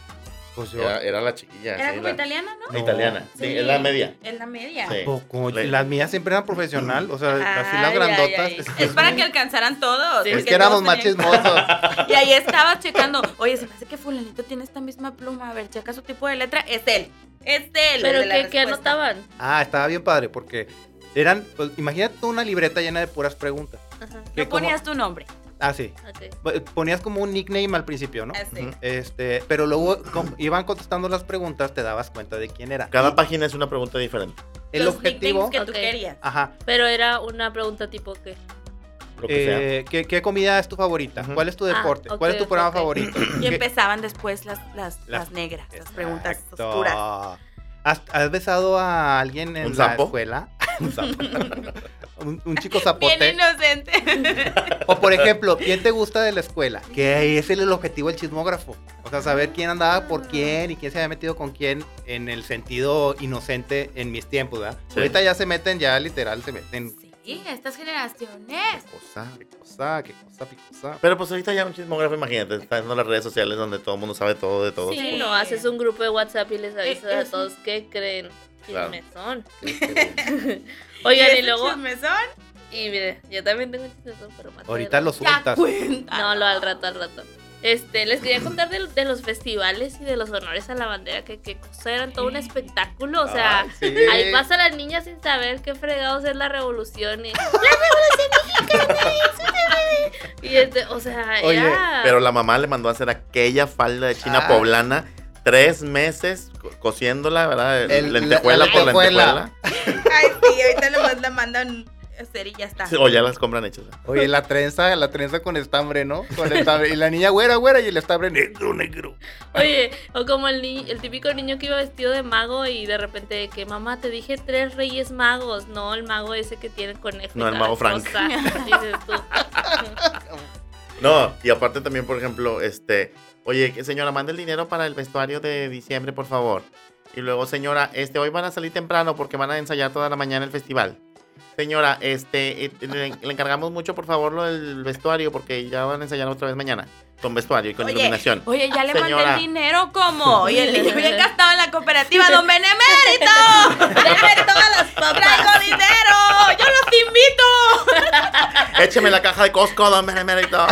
Speaker 5: pues yo.
Speaker 7: Era, era la chiquilla.
Speaker 6: Era
Speaker 7: sí,
Speaker 6: como
Speaker 7: la-
Speaker 6: italiana, ¿no?
Speaker 7: la italiana. Sí,
Speaker 6: Sí.
Speaker 7: es la media.
Speaker 6: En la media.
Speaker 7: Sí.
Speaker 5: Poco.
Speaker 7: Le-
Speaker 5: Las mías siempre eran profesional. O sea, así las
Speaker 6: Ay,
Speaker 5: grandotas.
Speaker 6: ay, ay. Es para que alcanzaran todos.
Speaker 5: Es
Speaker 6: porque
Speaker 5: que éramos
Speaker 6: todos
Speaker 5: más
Speaker 6: tenían-
Speaker 5: chismosos.
Speaker 6: Y ahí estaba checando. Oye, se me hace que fulanito tiene esta misma pluma. A ver, checa su tipo de letra. Es él. Es él.
Speaker 4: Pero
Speaker 6: el de la
Speaker 4: que, que
Speaker 6: respuesta.
Speaker 4: anotaban.
Speaker 5: Ah, estaba bien padre porque eran, pues, imagínate una libreta llena de puras preguntas.
Speaker 4: Ajá,
Speaker 5: que
Speaker 6: No ponías tu nombre.
Speaker 5: como- ah, sí.
Speaker 4: ok.
Speaker 5: Ponías como un nickname al principio, ¿no?
Speaker 6: Así.
Speaker 7: Ujú.
Speaker 5: Este, pero luego como iban contestando las preguntas, te dabas cuenta de quién era.
Speaker 7: Cada página es una pregunta diferente.
Speaker 5: El
Speaker 6: Los
Speaker 5: objetivo,
Speaker 6: nicknames que tú
Speaker 4: Ok.
Speaker 6: querías.
Speaker 5: ajá,
Speaker 4: Pero era una pregunta tipo que.
Speaker 7: Lo que
Speaker 5: eh, ¿qué, qué comida es tu favorita?
Speaker 7: Ujú.
Speaker 5: ¿Cuál
Speaker 6: Ah,
Speaker 5: es tu deporte?
Speaker 4: ok,
Speaker 5: ¿Cuál es tu
Speaker 4: ok,
Speaker 5: programa
Speaker 4: ok.
Speaker 5: favorito?
Speaker 6: Y
Speaker 5: ¿Qué-
Speaker 6: empezaban después las, las, las,
Speaker 5: Las-
Speaker 6: negras, las preguntas
Speaker 5: Exacto.
Speaker 6: oscuras.
Speaker 5: ¿Has, has besado a alguien en
Speaker 7: ¿Un
Speaker 5: la
Speaker 7: sapo?
Speaker 5: escuela?
Speaker 7: sea.
Speaker 5: Un, un chico
Speaker 6: Bien
Speaker 5: zapote.
Speaker 6: inocente.
Speaker 5: O por ejemplo, ¿quién te gusta de la escuela? Que ese es el objetivo del chismógrafo. O sea, saber quién andaba
Speaker 4: Ah.
Speaker 5: por quién y quién se había metido con quién en el sentido inocente en mis tiempos, ¿verdad?
Speaker 7: Sí.
Speaker 5: Ahorita ya se meten, ya literal se meten.
Speaker 6: sí, estas generaciones.
Speaker 7: Qué cosa.
Speaker 5: Qué cosa, qué cosa picosa.
Speaker 7: Pero pues ahorita ya un chismógrafo, imagínate, está en las redes sociales donde todo el mundo sabe todo de todo.
Speaker 4: Sí,
Speaker 6: Sí.
Speaker 4: no, haces un grupo de WhatsApp y les avisas
Speaker 6: Eh,
Speaker 4: a
Speaker 6: es-
Speaker 4: todos que creen.
Speaker 7: Claro.
Speaker 4: Chismes son.
Speaker 7: Sí,
Speaker 4: Oigan, y
Speaker 6: ese
Speaker 4: luego.
Speaker 6: este chismezón,
Speaker 4: Y mire, yo también tengo un chismesón, pero más.
Speaker 5: Ahorita
Speaker 4: adelante.
Speaker 5: lo
Speaker 6: Ya
Speaker 5: sueltas.
Speaker 6: cuenta.
Speaker 4: No, lo al rato, al rato. Este, les quería contar de, de los festivales y de los honores a la bandera, que, que cosa, eran todo un espectáculo. O sea,
Speaker 5: Ay, sí.
Speaker 4: ahí pasa la niña sin saber qué fregados es la revolución. Y, ¡La revolución mexicana! es una de-". Y este, o sea,
Speaker 5: Oye,
Speaker 4: era.
Speaker 7: Pero la mamá le mandó a hacer aquella falda de China
Speaker 5: Ah.
Speaker 7: poblana, tres meses co- cosiéndola, ¿verdad?
Speaker 5: El-
Speaker 7: lentejuela
Speaker 5: la-
Speaker 7: por
Speaker 5: lentejuela.
Speaker 7: lentejuela.
Speaker 6: Ay, sí, ahorita nomás la mandan a hacer y ya está.
Speaker 7: Sí, O ya las compran hechas. ¿eh?
Speaker 5: Oye, la trenza, la trenza con estambre, ¿no? Con estambre. Y la niña güera, güera, y el estambre negro, negro.
Speaker 4: Oye, o como el, ni- el típico niño que iba vestido de mago y de repente de que mamá te dije tres reyes magos, no el mago ese que tiene conejo. y
Speaker 7: No, el
Speaker 4: toda
Speaker 7: mago
Speaker 4: la
Speaker 7: Frank.
Speaker 4: cosa. Dices tú.
Speaker 7: No, y aparte también, por ejemplo, este, oye, que señora, manda el dinero para el vestuario de diciembre, por favor. Y luego, señora, este, hoy van a salir temprano porque van a ensayar toda la mañana el festival. Señora, este, eh, le, le encargamos mucho, por favor, lo del vestuario porque ya van a ensayar otra vez mañana con vestuario y con iluminación.
Speaker 6: Oye, ya le mandé
Speaker 7: Señora.
Speaker 6: el dinero, ¿cómo? Y el niño bien gastado en la cooperativa, don Benemérito. Déjame todas las papas. Traigo dinero. Yo los invito.
Speaker 7: Écheme la caja de Costco, don Benemérito.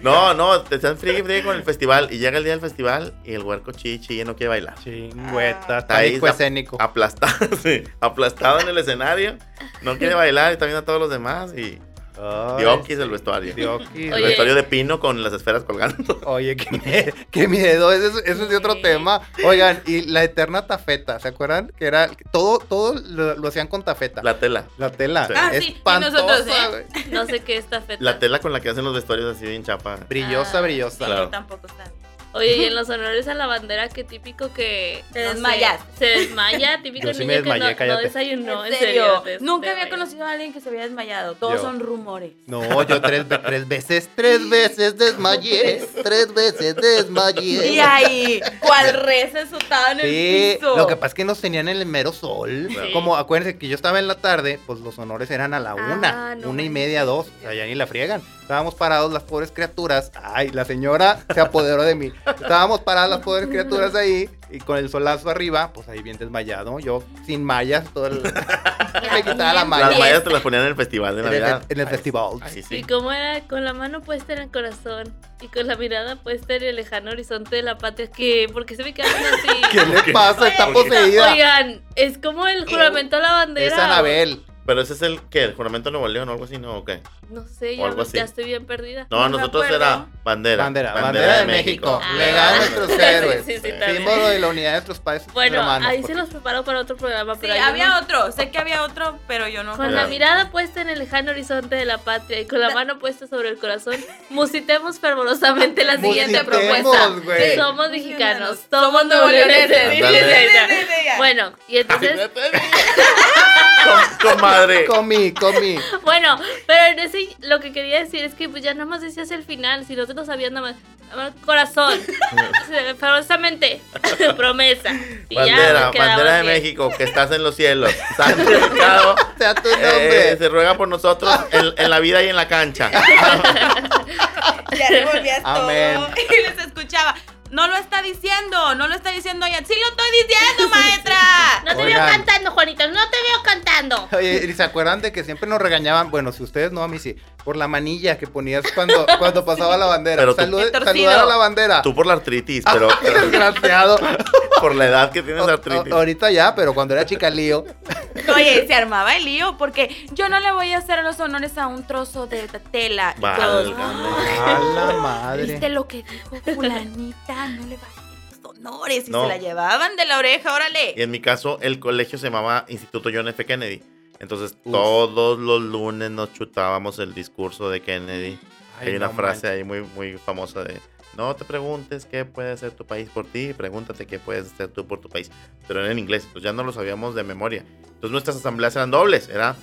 Speaker 7: No, no, te están friegue, y friegue con el festival y llega el día del festival y el huerco chichi ya no quiere bailar.
Speaker 5: Chingüeta,
Speaker 7: Ah.
Speaker 5: está ahí
Speaker 7: Ahí está-
Speaker 5: escénico.
Speaker 7: aplastado, sí, aplastado en el escenario, no quiere bailar y también a todos los demás y
Speaker 5: Ay,
Speaker 7: diokis el vestuario.
Speaker 5: Diokis.
Speaker 7: El
Speaker 4: Oye.
Speaker 7: vestuario de pino con las esferas colgando.
Speaker 5: Oye, qué, mie- qué miedo, ese es, ese es de otro
Speaker 4: Sí.
Speaker 5: tema. Oigan, y la eterna tafeta, ¿se acuerdan? Que era, todo, todo lo, lo hacían con tafeta. La,
Speaker 7: La tela.
Speaker 5: tela,
Speaker 7: Sí.
Speaker 6: Ah, sí, y
Speaker 5: espantosa,
Speaker 6: nosotros, ¿eh?
Speaker 5: güey.
Speaker 4: No sé qué esta feta.
Speaker 7: La tela con la que hacen los vestuarios así bien chapa.
Speaker 5: Brillosa,
Speaker 4: Ah,
Speaker 5: brillosa.
Speaker 7: Claro.
Speaker 6: Yo tampoco sabía.
Speaker 4: Oye, y en los honores a la bandera, qué típico que.
Speaker 6: Te
Speaker 4: no sé,
Speaker 6: desmayas.
Speaker 4: se desmaya, típico
Speaker 5: Yo sí
Speaker 4: niño
Speaker 5: me
Speaker 4: que
Speaker 5: desmayé,
Speaker 4: no- no,
Speaker 5: cállate.
Speaker 4: desayunó.
Speaker 6: en serio.
Speaker 4: te- te
Speaker 6: Nunca había
Speaker 4: desmayas.
Speaker 6: conocido a alguien que se había desmayado. Todos
Speaker 2: Yo.
Speaker 6: son rumores.
Speaker 5: No, yo tres, ve- tres veces, tres veces desmayé, tres veces desmayé.
Speaker 6: Y ahí, cual res azotado en el
Speaker 5: Sí,
Speaker 6: piso.
Speaker 5: lo que pasa es que nos tenían en el mero sol.
Speaker 4: Sí.
Speaker 5: Como acuérdense que yo estaba en la tarde, pues los honores eran a la una,
Speaker 4: Ah, no
Speaker 5: una y
Speaker 4: manches.
Speaker 5: media, dos. O sea, ya ni la friegan. Estábamos parados las pobres criaturas. Ay, la señora se apoderó de mí. Estábamos paradas las pobres criaturas ahí y con el solazo arriba, pues ahí bien desmayado. Yo sin mallas, todo el- me quitaba la malla.
Speaker 7: Las mallas te las ponían en el festival de
Speaker 5: En el,
Speaker 7: Navidad.
Speaker 5: en el festival.
Speaker 7: Ahí
Speaker 4: Y
Speaker 7: sí.
Speaker 4: como era con la mano puesta en el corazón y con la mirada puesta en el lejano horizonte de la patria, que porque se me quedaron así.
Speaker 5: ¿Qué le pasa? Está
Speaker 7: Oye,
Speaker 5: poseída.
Speaker 4: Oigan, es como el juramento a la bandera.
Speaker 5: Es Anabel.
Speaker 7: Pero ese es el que, el juramento de Nuevo León o algo así, ¿no? ¿O qué?
Speaker 4: No sé,
Speaker 7: O
Speaker 4: ya,
Speaker 7: algo así.
Speaker 4: ya estoy bien perdida.
Speaker 7: No,
Speaker 6: No me
Speaker 7: nosotros
Speaker 6: acuerdo.
Speaker 7: era bandera.
Speaker 5: Bandera, bandera de México.
Speaker 4: Ah.
Speaker 5: Legado de nuestros
Speaker 4: Sí,
Speaker 5: héroes.
Speaker 4: sí, sí, también.
Speaker 5: Símbolo de la unidad de nuestros países.
Speaker 4: Bueno,
Speaker 5: hermanos,
Speaker 4: ahí
Speaker 5: porque-
Speaker 4: se los preparo para otro programa.
Speaker 6: Sí,
Speaker 4: pero hay uno-
Speaker 6: había otro. Sé que había otro, pero yo no.
Speaker 4: Con
Speaker 7: Claro.
Speaker 4: la mirada puesta en el lejano horizonte de la patria y con la mano puesta sobre el corazón, musitemos fervorosamente la siguiente
Speaker 5: Musitemos,
Speaker 4: propuesta.
Speaker 5: güey.
Speaker 4: Somos
Speaker 6: Sí,
Speaker 4: mexicanos,
Speaker 6: sí,
Speaker 4: somos
Speaker 6: somos
Speaker 4: neoleoneses.
Speaker 6: neoleoneses.
Speaker 4: Sí,
Speaker 7: Ándale.
Speaker 4: sí, sí, sí.
Speaker 6: Sí, sí, sí.
Speaker 4: Bueno, y entonces,
Speaker 7: Com- Comadre.
Speaker 5: Comí, comí.
Speaker 4: bueno, pero en ese lo que quería decir es que pues ya nada más decías el final, si no te lo sabías nada más. nada más Corazón, eh, fervorosamente, promesa. Y ya,
Speaker 7: Bandera,
Speaker 4: nos quedaba
Speaker 7: bandera de
Speaker 4: así.
Speaker 7: México, que estás en los cielos. Santificado.
Speaker 5: Sea tu nombre.
Speaker 7: Eh, se ruega por nosotros en, en la vida y en la cancha.
Speaker 6: Ya revolvías
Speaker 5: Amén.
Speaker 6: todo y les escuchaba. No lo está diciendo, no lo está diciendo ella. Sí lo estoy diciendo, maestra.
Speaker 4: No te veo
Speaker 5: Oigan.
Speaker 4: cantando, Juanita, no te veo cantando.
Speaker 5: Oye, ¿y se acuerdan de que siempre nos regañaban? Bueno, si ustedes no, a mí sí. Por la manilla que ponías cuando, cuando pasaba la bandera.
Speaker 7: Pero tú-
Speaker 5: Salude-
Speaker 6: El torcido.
Speaker 5: saludar a la bandera.
Speaker 7: Tú por la artritis, pero, pero
Speaker 5: Desgraciado.
Speaker 7: por la edad que tienes
Speaker 5: O-
Speaker 7: de
Speaker 5: o-
Speaker 7: artritis.
Speaker 5: ahorita ya, pero cuando era chica lío.
Speaker 6: Oye, se armaba el lío porque yo no le voy a hacer los honores a un trozo de tela. Y todos,
Speaker 7: Válgame.
Speaker 5: A la
Speaker 6: ¿Viste
Speaker 5: madre.
Speaker 6: lo que dijo fulanita? No le va a hacer los honores. Y
Speaker 7: No.
Speaker 6: se la llevaban de la oreja,
Speaker 7: Y
Speaker 6: órale.
Speaker 7: en mi caso, el colegio se llamaba Instituto John F. Kennedy. Entonces, todos los lunes nos chutábamos el discurso de Kennedy.
Speaker 5: Ay,
Speaker 7: Hay una
Speaker 5: no
Speaker 7: frase
Speaker 5: manches.
Speaker 7: ahí muy, muy famosa de no te preguntes qué puede hacer tu país por ti, pregúntate qué puedes hacer tú por tu país. Pero era en inglés, pues ya no lo sabíamos de memoria. Entonces nuestras asambleas eran dobles, era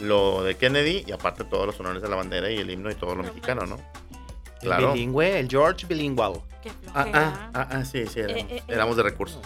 Speaker 7: lo de Kennedy y aparte todos los honores a la bandera y el himno y todo lo
Speaker 4: No
Speaker 7: mexicano, ¿no?
Speaker 5: El
Speaker 7: Claro.
Speaker 5: Bilingüe, el George bilingüe.
Speaker 6: Qué
Speaker 7: Ah, ah,
Speaker 6: flojera.
Speaker 7: ah, ah, sí, sí, éramos,
Speaker 4: eh, eh.
Speaker 7: éramos de recursos.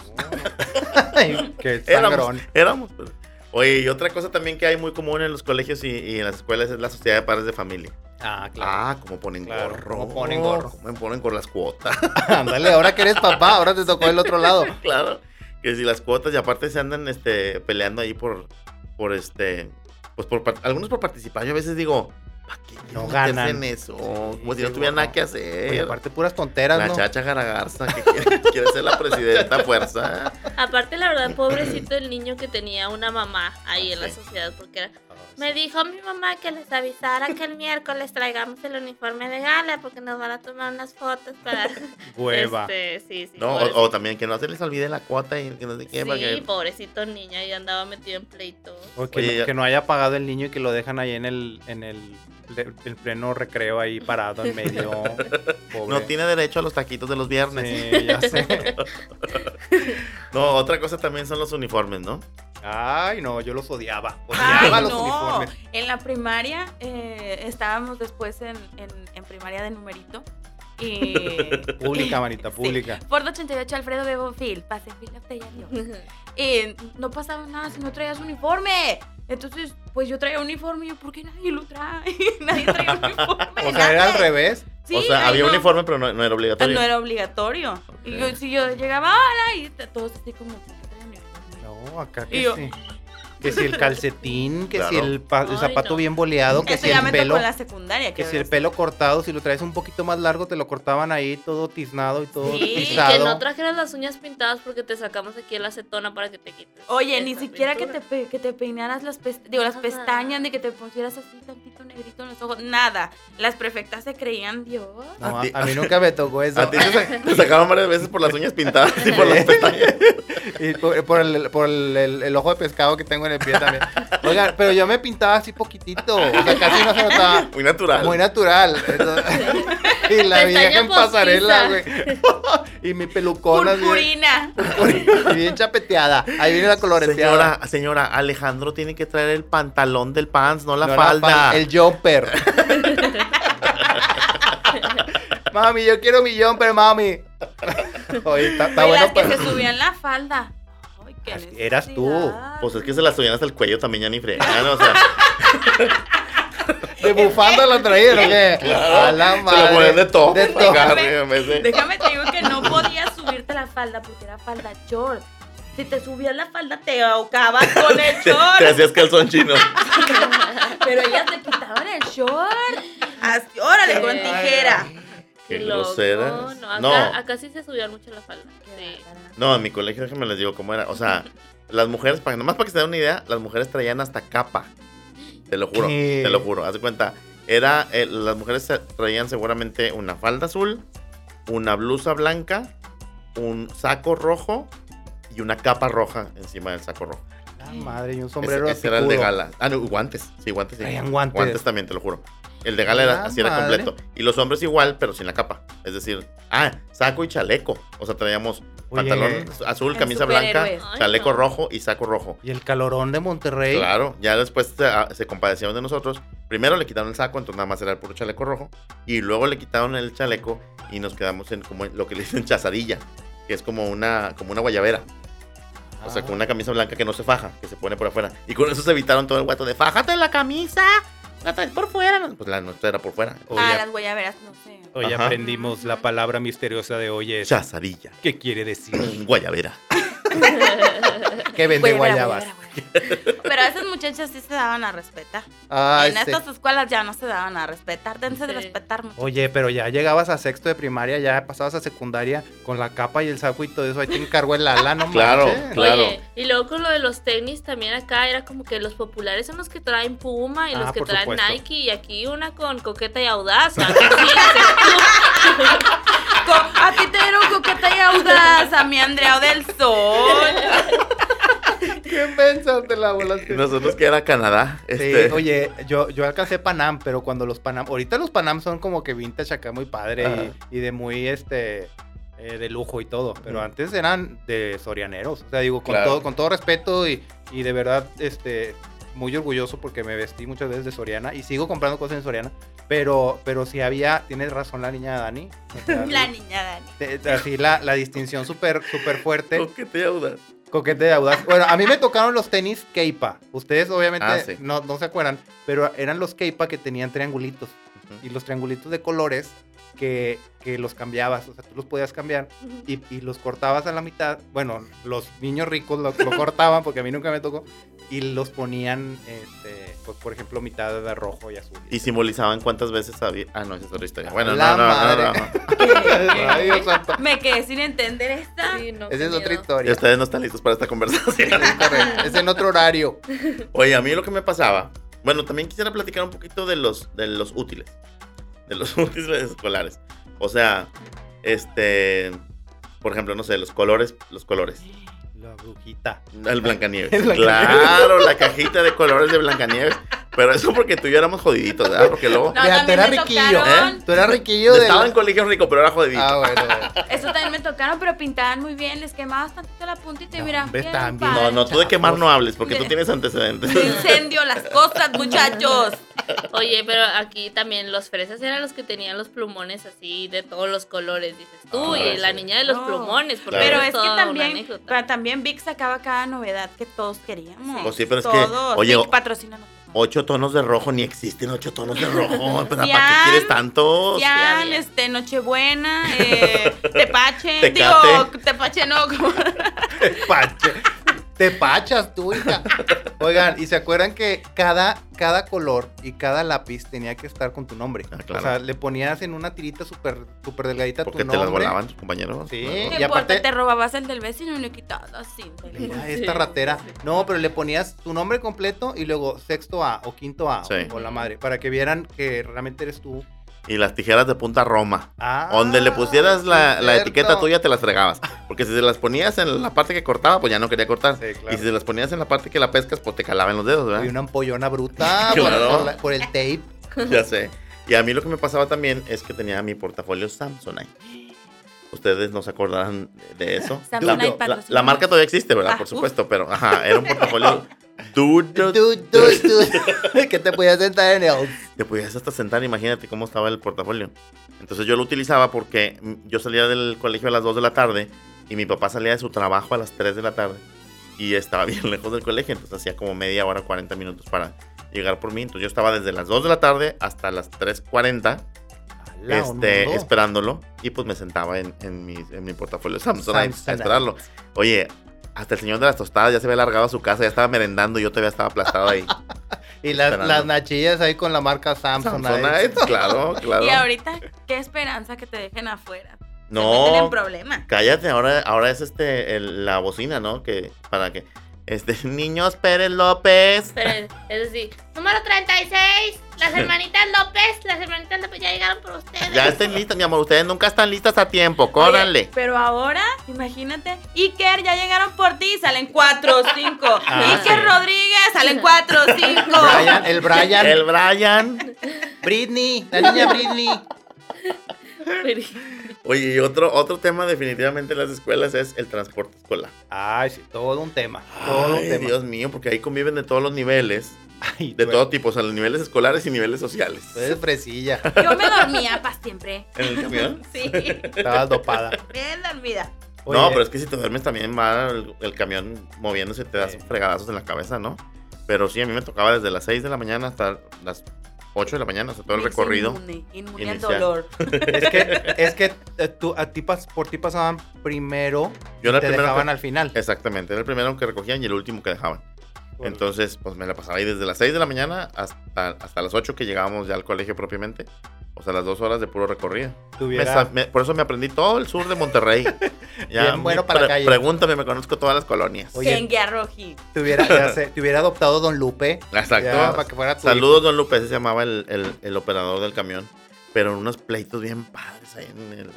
Speaker 5: Ay, qué
Speaker 7: Éramos,
Speaker 5: sangrón.
Speaker 7: éramos. pero- Oye, y otra cosa también que hay muy común en los colegios y, y en las escuelas es la sociedad de padres de familia.
Speaker 5: Ah,
Speaker 7: Ah, como ponen
Speaker 5: Claro,
Speaker 7: gorro.
Speaker 5: cómo ponen gorro.
Speaker 7: Cómo ponen con las cuotas.
Speaker 5: Ándale, ahora que eres papá, ahora te tocó el otro lado.
Speaker 7: Claro, que si las cuotas y aparte se andan este, peleando ahí por, por este, pues por par- algunos por participar. Yo a veces digo, ¿para qué
Speaker 5: No
Speaker 7: meterse
Speaker 5: ganan.
Speaker 7: en eso? Como si
Speaker 5: sí,
Speaker 7: no tuvieran
Speaker 5: bueno.
Speaker 7: nada que
Speaker 5: Oye,
Speaker 7: hacer.
Speaker 5: aparte puras tonteras,
Speaker 7: Eh, la
Speaker 5: ¿no?
Speaker 7: chacha Garagarza que quiere, quiere ser la presidenta a fuerza.
Speaker 4: Aparte, la verdad, pobrecito el niño que tenía una mamá ahí en la
Speaker 7: Sí.
Speaker 4: sociedad, porque era- me dijo mi mamá que les avisara que el miércoles traigamos el uniforme de gala porque nos van a tomar unas fotos para. Este, sí, sí.
Speaker 7: No,
Speaker 4: pobrecito.
Speaker 7: o, o también que no se les olvide la cuota y que no sé qué. para
Speaker 4: Sí,
Speaker 7: que-
Speaker 4: pobrecito niño, ahí andaba metido en pleito.
Speaker 5: O que,
Speaker 7: Oye,
Speaker 5: no,
Speaker 7: ya-
Speaker 5: que no haya pagado el niño y que lo dejan ahí en el, en el, le- el pleno recreo ahí parado en medio. Pobre.
Speaker 7: no tiene derecho a los taquitos de los viernes.
Speaker 5: Sí, ya sé.
Speaker 7: No, otra cosa también son los uniformes, ¿no?
Speaker 5: Ay, no, yo los odiaba.
Speaker 6: Ay,
Speaker 5: Odiaba los
Speaker 6: no.
Speaker 5: uniformes.
Speaker 6: En la primaria eh, estábamos después en, en- en primaria de numerito. Y.
Speaker 5: Pública, manita, pública.
Speaker 6: Ford 88, Alfredo Bebonfield. Pase fila, pella yo. Y no pasaba nada si no traías uniforme. Entonces, pues yo traía uniforme. Y yo, ¿por qué nadie lo trae? nadie traía uniforme.
Speaker 5: O sea, era al
Speaker 6: nadie.
Speaker 5: revés.
Speaker 6: Sí,
Speaker 7: o sea,
Speaker 6: ay,
Speaker 7: había
Speaker 6: no.
Speaker 7: uniforme, pero no, no era
Speaker 6: Ah,
Speaker 7: obligatorio.
Speaker 6: No era obligatorio. Y yo, si yo llegaba, hola, y t- todos así como. "¿Por qué traen uniforme?"
Speaker 5: No, acá
Speaker 6: Y
Speaker 5: que
Speaker 6: yo-
Speaker 5: sí. Que si el calcetín, que si
Speaker 7: Claro.
Speaker 5: el, pa- el
Speaker 4: Ay,
Speaker 5: zapato
Speaker 4: no.
Speaker 5: bien boleado, que
Speaker 6: Eso
Speaker 5: si
Speaker 6: ya
Speaker 5: el
Speaker 6: me
Speaker 5: pelo.
Speaker 6: tocó en la secundaria.
Speaker 5: Que
Speaker 6: creo
Speaker 5: si el
Speaker 6: yo.
Speaker 5: pelo cortado, si lo traes un poquito más largo, te lo cortaban ahí todo tiznado y todo
Speaker 6: Sí,
Speaker 4: Y
Speaker 5: pisado.
Speaker 4: que no trajeras las uñas pintadas porque te sacamos aquí el acetona para que te quites.
Speaker 6: Oye,
Speaker 4: esa
Speaker 6: ni siquiera que te,
Speaker 4: pintura.
Speaker 6: pe- que te peinaras las, pest- digo, las
Speaker 4: Nada.
Speaker 6: pestañas, ni que te pusieras así tantito negrito en los ojos, nada. Las prefectas se creían Dios.
Speaker 5: No,
Speaker 7: A
Speaker 5: a,
Speaker 7: ti-
Speaker 5: a mí nunca me tocó eso.
Speaker 7: A ti te, sa- te sacaban varias veces por las uñas pintadas y por las pestañas.
Speaker 5: Y por, por el, por el- el- el ojo de pescado que tengo en el pie también. Oigan, pero yo me pintaba así poquitito. O sea, casi no se notaba.
Speaker 7: Muy natural.
Speaker 5: Muy natural. Entonces- y la
Speaker 4: Pestaña
Speaker 5: vieja en
Speaker 4: postiza.
Speaker 5: pasarela, güey. y mi pelucona. así de- Ah,
Speaker 6: Purpurina.
Speaker 5: y bien chapeteada. Ahí viene la coloreteada.
Speaker 7: Señora, señora, Alejandro tiene que traer el pantalón del pants, no la
Speaker 5: No era
Speaker 7: falda.
Speaker 5: fal- el jumper. mami, yo quiero mi jumper, mami. Oye, está, está
Speaker 6: Güey,
Speaker 5: bueno, pues.
Speaker 6: las que
Speaker 5: pero.
Speaker 6: se subían la falda. Ay, qué
Speaker 5: Eras tú.
Speaker 6: necesidad.
Speaker 7: Pues es que se la subían hasta el cuello también, ya ni fregan, o sea,
Speaker 5: De bufanda la traían, ¿o qué? A la
Speaker 7: se la
Speaker 5: madre.
Speaker 7: ponían de top.
Speaker 5: De top.
Speaker 7: acá arriba, en vez de-
Speaker 6: Déjame te digo que no podías subirte la falda porque era falda short. Si te subías la falda te ahogabas con el
Speaker 7: Te, te
Speaker 6: short.
Speaker 7: hacías calzón chino.
Speaker 6: pero ellas te quitaban el short. Así, órale, con tijera.
Speaker 7: Qué
Speaker 4: loco.
Speaker 7: groseras.
Speaker 4: No, acá,
Speaker 7: No.
Speaker 4: acá sí se subían mucho la falda. Sí.
Speaker 7: No, en mi colegio, déjenme les digo cómo era. O sea, las mujeres, para, nomás para que se den una idea, las mujeres traían hasta capa. Te lo juro,
Speaker 5: ¿Qué?
Speaker 7: te lo juro. Haz de cuenta, era, eh, las mujeres se- traían seguramente una falda azul, una blusa blanca, un saco rojo y una capa roja encima del saco rojo.
Speaker 5: La madre, y un sombrero
Speaker 7: ese, ese era el de
Speaker 5: picudo.
Speaker 7: gala. Ah, no, guantes. Sí, guantes. sí.
Speaker 5: Traían guantes.
Speaker 7: también, te lo juro. El de gala era,
Speaker 5: Ah,
Speaker 7: así era
Speaker 5: madre.
Speaker 7: completo. Y los hombres igual, pero sin la capa. Es decir, ah, saco y chaleco. O sea, traíamos
Speaker 5: Oye.
Speaker 7: pantalón azul,
Speaker 6: El
Speaker 7: camisa blanca,
Speaker 6: superhéroe.
Speaker 4: Ay,
Speaker 7: chaleco
Speaker 4: no.
Speaker 7: rojo y saco rojo.
Speaker 5: Y el calorón de Monterrey.
Speaker 7: Claro, ya después se, ah, se compadecieron de nosotros. Primero le quitaron el saco, entonces nada más era el puro chaleco rojo. Y luego le quitaron el chaleco y nos quedamos en como en lo que le dicen chazadilla, que es como una, como una guayabera. O sea, con una camisa blanca que no se faja, que se pone por afuera. Y con eso se evitaron todo el guato de fájate la camisa, la traes por fuera. No, Pues la nuestra era por fuera.
Speaker 6: Ah,
Speaker 2: Oye,
Speaker 6: las guayaberas, no sé.
Speaker 2: hoy
Speaker 7: Ajá.
Speaker 2: aprendimos la palabra misteriosa de hoy es
Speaker 7: Chazadilla,
Speaker 2: ¿Qué quiere decir?
Speaker 7: guayabera.
Speaker 5: Que vende guayabas.
Speaker 6: Pero esas muchachas sí se daban a respetar.
Speaker 5: Ay,
Speaker 6: en
Speaker 5: sí.
Speaker 6: estas escuelas ya no se daban a respetar. Dense de
Speaker 4: Sí.
Speaker 6: respetar mucho.
Speaker 5: Oye, pero ya llegabas a sexto de primaria, ya pasabas a secundaria con la capa y el saco y todo eso. Ahí te encargó el ala, no
Speaker 7: Claro,
Speaker 5: manches.
Speaker 7: Claro.
Speaker 4: Oye, y luego con lo de los tenis también acá era como que los populares son los que traen Puma y
Speaker 2: Ah,
Speaker 4: los que
Speaker 2: por
Speaker 4: traen
Speaker 2: supuesto.
Speaker 4: Nike y aquí una con coqueta y audaz. algo así, dices tú.
Speaker 6: Co- a ti te dieron coqueta y audaz, a mi Andrea del Sol.
Speaker 5: ¿Qué pensas? Te la volaste.
Speaker 7: Nosotros que era Canadá.
Speaker 5: Sí,
Speaker 7: Este,
Speaker 5: oye, yo, yo alcancé Panam, pero cuando los Panam, ahorita los Panam son como que vintage acá muy padre
Speaker 7: Ajá.
Speaker 5: y, y de muy este eh, de lujo y todo, pero
Speaker 7: Ujú.
Speaker 5: antes eran de sorianeros, o sea, digo, con
Speaker 7: Claro.
Speaker 5: todo con todo respeto y, y de verdad este muy orgulloso porque me vestí muchas veces de Soriana y sigo comprando cosas en Soriana, pero pero si había, tienes razón la niña Dani. o sea,
Speaker 6: La niña Dani.
Speaker 5: te- te- así la, la distinción súper súper fuerte.
Speaker 7: ¿con ¿Qué te audas?
Speaker 5: Coquete de audaz. Bueno, a mí me tocaron los tenis Keipa. Ustedes obviamente
Speaker 7: Ah, sí.
Speaker 5: no, no se acuerdan, pero eran los Keipa que tenían triangulitos.
Speaker 7: Ujú.
Speaker 5: Y los triangulitos de colores que, que los cambiabas. O sea, tú los podías cambiar y, y los cortabas a la mitad. Bueno, los niños ricos lo, lo cortaban porque a mí nunca me tocó. Y los ponían, este, pues, por ejemplo, mitad de rojo y azul.
Speaker 7: Y simbolizaban cuántas veces había. Ah, no, esa es otra historia. Bueno,
Speaker 5: La
Speaker 7: no, no, no, no,
Speaker 5: madre.
Speaker 7: no.
Speaker 5: Ay, Dios santo.
Speaker 6: Me quedé sin entender esta.
Speaker 4: Sí, no,
Speaker 5: Esa
Speaker 4: qué
Speaker 5: es otra
Speaker 4: miedo.
Speaker 7: Y
Speaker 5: historia.
Speaker 7: ustedes no están listos para esta conversación.
Speaker 5: Es correcto. Es en otro horario.
Speaker 7: Oye, a mí lo que me pasaba. Bueno, también quisiera platicar un poquito de los, de los útiles. De los útiles escolares. O sea, este. Por ejemplo, no sé, los colores. Los colores.
Speaker 5: La brujita.
Speaker 7: El Blancanieves.
Speaker 5: El Blancanieves.
Speaker 7: Claro, la cajita de colores de Blancanieves. Pero eso porque tú y yo éramos jodiditos, ¿verdad? Porque luego.
Speaker 6: No,
Speaker 5: Mira, tú
Speaker 6: también
Speaker 5: eras
Speaker 6: me
Speaker 5: riquillo.
Speaker 6: tocaron.
Speaker 5: Tú eras riquillo de.
Speaker 7: Estaba en colegio rico, pero era jodidito.
Speaker 5: Ah, bueno, bueno.
Speaker 6: Eso también me tocaron, pero pintaban muy bien. Les quemabas tantito la puntita y
Speaker 5: No,
Speaker 6: mira.
Speaker 5: hombre,
Speaker 6: bien
Speaker 5: también.
Speaker 7: no,
Speaker 6: padre.
Speaker 7: no, tú de quemar no hables porque tú
Speaker 6: Me-
Speaker 7: tienes antecedentes.
Speaker 6: Incendio las cosas, muchachos.
Speaker 4: Oye, pero aquí también los fresas eran los que tenían los plumones así de todos los colores, dices tú,
Speaker 7: Ah,
Speaker 4: y
Speaker 7: sí.
Speaker 4: la niña de los
Speaker 6: No.
Speaker 4: plumones. porque
Speaker 7: Claro.
Speaker 6: Pero
Speaker 4: eso
Speaker 6: es que
Speaker 4: toda una
Speaker 6: también,
Speaker 4: anécdota.
Speaker 6: pero también Vic sacaba cada novedad que todos queríamos.
Speaker 7: Pues sí, pero es que,
Speaker 6: todos.
Speaker 7: oye,
Speaker 6: Vic, patrocínanos.
Speaker 7: Ocho tonos de rojo, ni existen ocho tonos de rojo. Pero ¿para qué
Speaker 6: Ya.
Speaker 7: quieres tantos?
Speaker 6: Cian,
Speaker 4: bien.
Speaker 6: este, Nochebuena, eh, Tepache, digo,
Speaker 7: Tecate.
Speaker 6: Tepache no, como-
Speaker 5: Pache. Te pachas tú, hija. Oigan, ¿y se acuerdan que cada, cada color y cada lápiz tenía que estar con tu nombre?
Speaker 7: Ah, claro.
Speaker 5: O sea, le ponías en una tirita súper súper delgadita
Speaker 7: Porque
Speaker 5: tu
Speaker 7: te
Speaker 5: nombre.
Speaker 7: las volaban tus compañeros.
Speaker 5: Sí.
Speaker 6: no
Speaker 7: Luego.
Speaker 5: Y aparte-
Speaker 6: importa, te robabas el del vecino y lo quitabas así.
Speaker 5: Mira, esta ratera. No, pero le ponías tu nombre completo y luego sexto A o quinto A
Speaker 7: Sí.
Speaker 5: o la madre, para que vieran que realmente eres tú.
Speaker 7: Y las tijeras de punta Roma.
Speaker 5: Ah,
Speaker 7: Donde le pusieras
Speaker 5: sí,
Speaker 7: la, la
Speaker 5: cierto.
Speaker 7: etiqueta tuya, te las fregabas. Porque si se las ponías en la parte que cortaba, pues ya no quería cortar.
Speaker 5: Sí, claro.
Speaker 7: Y si se las ponías en la parte que la pescas, pues te calaban los dedos, ¿verdad?
Speaker 5: Y una ampollona bruta por-
Speaker 7: Claro.
Speaker 5: por, la- por el tape.
Speaker 7: Ya sé. Y a mí lo que me pasaba también es que tenía mi portafolio Samsonite. Ustedes no se acordarán de eso.
Speaker 6: Samsung
Speaker 7: La,
Speaker 6: iPad,
Speaker 7: la-
Speaker 6: los
Speaker 7: la marca todavía existe, ¿verdad?
Speaker 6: Ah,
Speaker 7: Por
Speaker 6: uf.
Speaker 7: supuesto, pero ajá, era un portafolio duro.
Speaker 5: Tú, tú, tú. que te podías sentar en el.
Speaker 7: Te podías hasta sentar, imagínate cómo estaba el portafolio. Entonces yo lo utilizaba porque mm, yo salía del colegio a las 2 de la tarde y mi papá salía de su trabajo a las 3 de la tarde y estaba bien lejos del colegio, entonces hacía como media hora, 40 minutos para llegar por mí. Entonces yo estaba desde las 2 de la tarde hasta las 3.40 este, esperándolo y pues me sentaba en, en mi, en mi portafolio de Samsung a, a
Speaker 5: Samsung.
Speaker 7: esperarlo. Oye, hasta el señor de las tostadas ya se había largado a su casa, ya estaba merendando y yo todavía estaba aplastado ahí.
Speaker 5: y las,
Speaker 7: esperando.
Speaker 5: las nachillas ahí con la marca Samsung.
Speaker 7: Samsung,
Speaker 5: ahí.
Speaker 7: ay, claro, claro.
Speaker 6: Y ahorita, qué esperanza que te dejen afuera. Se meten en
Speaker 7: No,
Speaker 6: problema.
Speaker 7: cállate, ahora, ahora es este el- la bocina, ¿no? Que para que este niños Pérez López.
Speaker 4: Pero es- es así. Número 36. Las hermanitas López. Las hermanitas López ya llegaron por ustedes.
Speaker 7: Ya estén listas, mi amor, ustedes nunca están listas a tiempo,
Speaker 6: Oye,
Speaker 7: córranle.
Speaker 6: pero ahora, imagínate, Iker, ya llegaron por ti, salen 4 o 5.
Speaker 5: Ah,
Speaker 6: Iker
Speaker 5: sí.
Speaker 6: Rodríguez, salen 4 o 5.
Speaker 5: Brian, el Brian.
Speaker 7: El Brian.
Speaker 5: Britney, la niña Britney.
Speaker 7: Oye, y otro, otro tema definitivamente en las escuelas es el transporte escolar.
Speaker 5: Ay, sí, todo un tema. Todo
Speaker 7: Ay,
Speaker 5: un tema.
Speaker 7: Dios mío, porque ahí conviven de todos los niveles,
Speaker 5: Ay,
Speaker 7: de
Speaker 5: tú-
Speaker 7: todo tipo, o sea, los niveles escolares y niveles sociales.
Speaker 5: Tú eres fresilla.
Speaker 6: Yo me dormía para siempre.
Speaker 7: ¿En el camión?
Speaker 6: Sí,
Speaker 5: Estabas dopada.
Speaker 6: bien dormida.
Speaker 7: no,
Speaker 5: Oye,
Speaker 7: pero es que si te duermes también va el, el camión moviéndose, te das
Speaker 5: Sí.
Speaker 7: fregadazos en la cabeza, ¿no? Pero sí, a mí me tocaba desde las 6 de la mañana hasta las 8 de la mañana, o sea, todo el
Speaker 6: Mix
Speaker 7: recorrido.
Speaker 6: Inmune, inmune al
Speaker 7: inicial.
Speaker 6: dolor.
Speaker 5: es que, es que eh, tú, a ti pas- por ti pasaban primero
Speaker 7: Yo era
Speaker 5: te
Speaker 7: el primero
Speaker 5: dejaban
Speaker 7: que-
Speaker 5: al final.
Speaker 7: Exactamente, era el primero que recogían y el último que dejaban.
Speaker 5: Por-
Speaker 7: Entonces, pues me la pasaba ahí desde las 6 de la mañana hasta, hasta las 8 que llegábamos ya al colegio propiamente. O sea, las dos horas de puro recorrido. Me
Speaker 5: tuviera-
Speaker 7: sa- me- por eso me aprendí todo el sur de Monterrey.
Speaker 5: Bien bueno para calles.
Speaker 7: Pregúntame, me conozco todas las colonias.
Speaker 5: Oye.
Speaker 6: Kenguia Roji.
Speaker 5: te hubiera- ya sé, te hubiera adoptado Don Lupe.
Speaker 7: Exacto.
Speaker 5: Ya, para que fuera tu
Speaker 7: Saludos, don Lupe, ese se llamaba el, el- el operador del camión. Pero en unos pleitos bien padres ahí en el,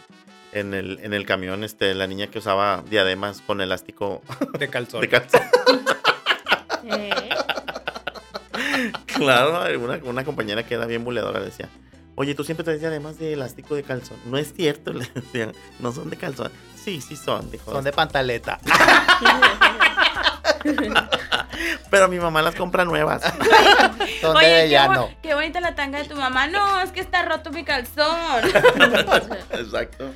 Speaker 7: en el, en el camión, este, la niña que usaba diademas con elástico
Speaker 5: hijo de calzón.
Speaker 7: de calzón.
Speaker 4: ¿Eh?
Speaker 7: Claro, una, una compañera que era bien buleadora decía, oye, tú siempre traes diademas de elástico de calzón. No es cierto, le decían, no son de calzón. Sí, sí son, dijo.
Speaker 5: Son de pantaleta.
Speaker 7: Pero mi mamá las compra nuevas.
Speaker 5: Son de
Speaker 6: Oye, qué,
Speaker 5: vellano.
Speaker 6: bo- qué bonita la tanga de tu mamá. No, es que está roto mi calzón.
Speaker 7: Exacto.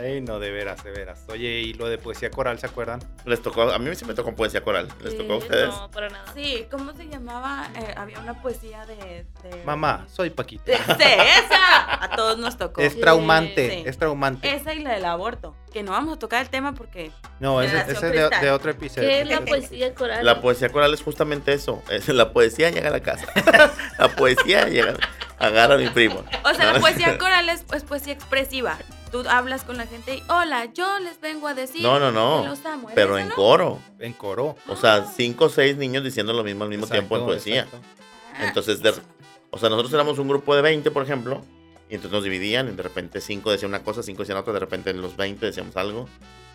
Speaker 5: Ay, no, de veras, de veras. Oye, y lo de poesía coral, ¿se acuerdan?
Speaker 7: Les tocó, a mí sí me tocó poesía coral. ¿Les tocó a
Speaker 4: Sí,
Speaker 7: ustedes?
Speaker 4: No, para nada.
Speaker 6: Sí, ¿cómo se llamaba? Eh, había una poesía de. de-
Speaker 5: Mamá, soy Paquita.
Speaker 6: Sí, esa. A todos nos tocó.
Speaker 5: Es traumante,
Speaker 6: Sí.
Speaker 5: es traumante.
Speaker 6: Esa y la del aborto. Que no vamos a tocar el tema porque.
Speaker 5: no, ese,
Speaker 6: Generación
Speaker 5: ese es de,
Speaker 6: Cristal.
Speaker 5: de otro episodio.
Speaker 4: ¿Qué es la poesía coral?
Speaker 7: La poesía coral es justamente eso. es la poesía llega a la casa. la poesía llega. Agarra a mi primo.
Speaker 6: O sea, la
Speaker 7: No.
Speaker 6: poesía coral es, es poesía expresiva. Tú hablas con la gente y. Hola, yo les vengo a decir.
Speaker 7: No, no, no.
Speaker 6: que los amo". ¿Es
Speaker 7: Pero
Speaker 6: esa,
Speaker 7: en
Speaker 6: no?
Speaker 7: coro.
Speaker 5: En coro.
Speaker 7: O sea, cinco o seis niños diciendo lo mismo al mismo tiempo en
Speaker 5: Exacto,
Speaker 7: poesía.
Speaker 5: exacto.
Speaker 7: Entonces, de- o sea, nosotros éramos un grupo de 20, por ejemplo, y entonces nos dividían, y de repente 5 decían una cosa, 5 decían otra, de repente los 20 decíamos algo.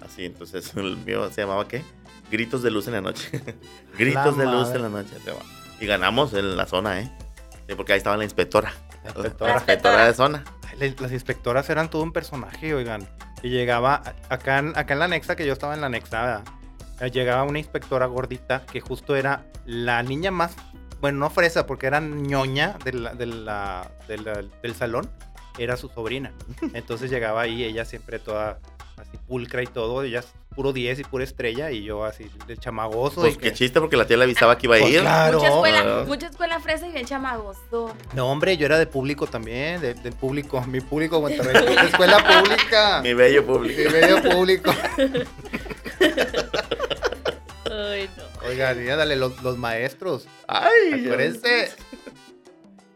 Speaker 7: Así, entonces el mío se llamaba ¿qué? Gritos de luz en la noche. Gritos
Speaker 5: La
Speaker 7: de luz
Speaker 5: madre.
Speaker 7: en la noche. se llamaba. Y ganamos en la zona, ¿eh? Sí, porque ahí estaba la inspectora. La
Speaker 5: La inspectora.
Speaker 7: inspectora de zona.
Speaker 5: Ay, le- Las inspectoras eran todo un personaje, oigan. Y llegaba a- acá en, acá en la anexa, que yo estaba en la anexa, ¿verdad? Eh, llegaba una inspectora gordita que justo era la niña más, bueno, no fresa, porque era ñoña de la- de la- de la- del salón, era su sobrina. Entonces llegaba ahí, ella siempre toda así pulcra y todo, ella es puro 10 y pura estrella, y yo así, de chamagoso.
Speaker 7: Pues
Speaker 5: y
Speaker 7: qué
Speaker 5: que-
Speaker 7: chiste, porque la tía le avisaba que iba a
Speaker 5: Pues
Speaker 7: ir.
Speaker 5: claro.
Speaker 6: Mucha escuela,
Speaker 7: Claro.
Speaker 6: mucha escuela fresa y bien chamagoso.
Speaker 5: No, hombre, yo era de público también, de- del público, mi público, Monterrey, escuela pública.
Speaker 7: Mi bello público.
Speaker 5: Mi medio público.
Speaker 4: Ay, no.
Speaker 5: Oigan, y dale, los, los maestros.
Speaker 7: Ay,
Speaker 5: Acuérdense.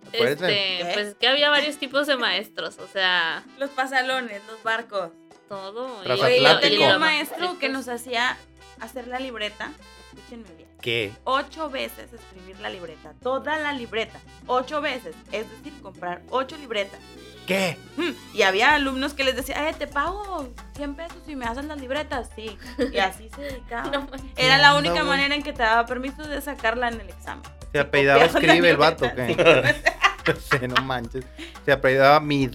Speaker 5: Acuérdense.
Speaker 4: Este,
Speaker 6: ¿Qué?
Speaker 4: pues es que había varios tipos de maestros, o sea,
Speaker 6: Los pasalones, los barcos.
Speaker 4: todo. Y-
Speaker 6: Oye, yo
Speaker 5: Transatlántico.
Speaker 6: tenía un maestro que nos hacía hacer la libreta. Escúchenme bien.
Speaker 5: ¿Qué?
Speaker 6: Ocho veces escribir la libreta. Toda la libreta. Ocho veces. Es decir, comprar ocho libretas.
Speaker 5: ¿Qué?
Speaker 6: Mm, Y había alumnos que les decía, eh, te pago 100 pesos si me haces las libretas. Sí. Y así se dedicaba.
Speaker 4: No, manches.
Speaker 6: Era la
Speaker 5: No,
Speaker 6: única
Speaker 5: güey.
Speaker 6: manera en que te daba permiso de sacarla en el examen.
Speaker 5: Se apellidaba
Speaker 6: copiaban la
Speaker 5: escribe el vato,
Speaker 6: libreta,
Speaker 5: ¿qué? Sí, no manches. Se apellidaba Mid.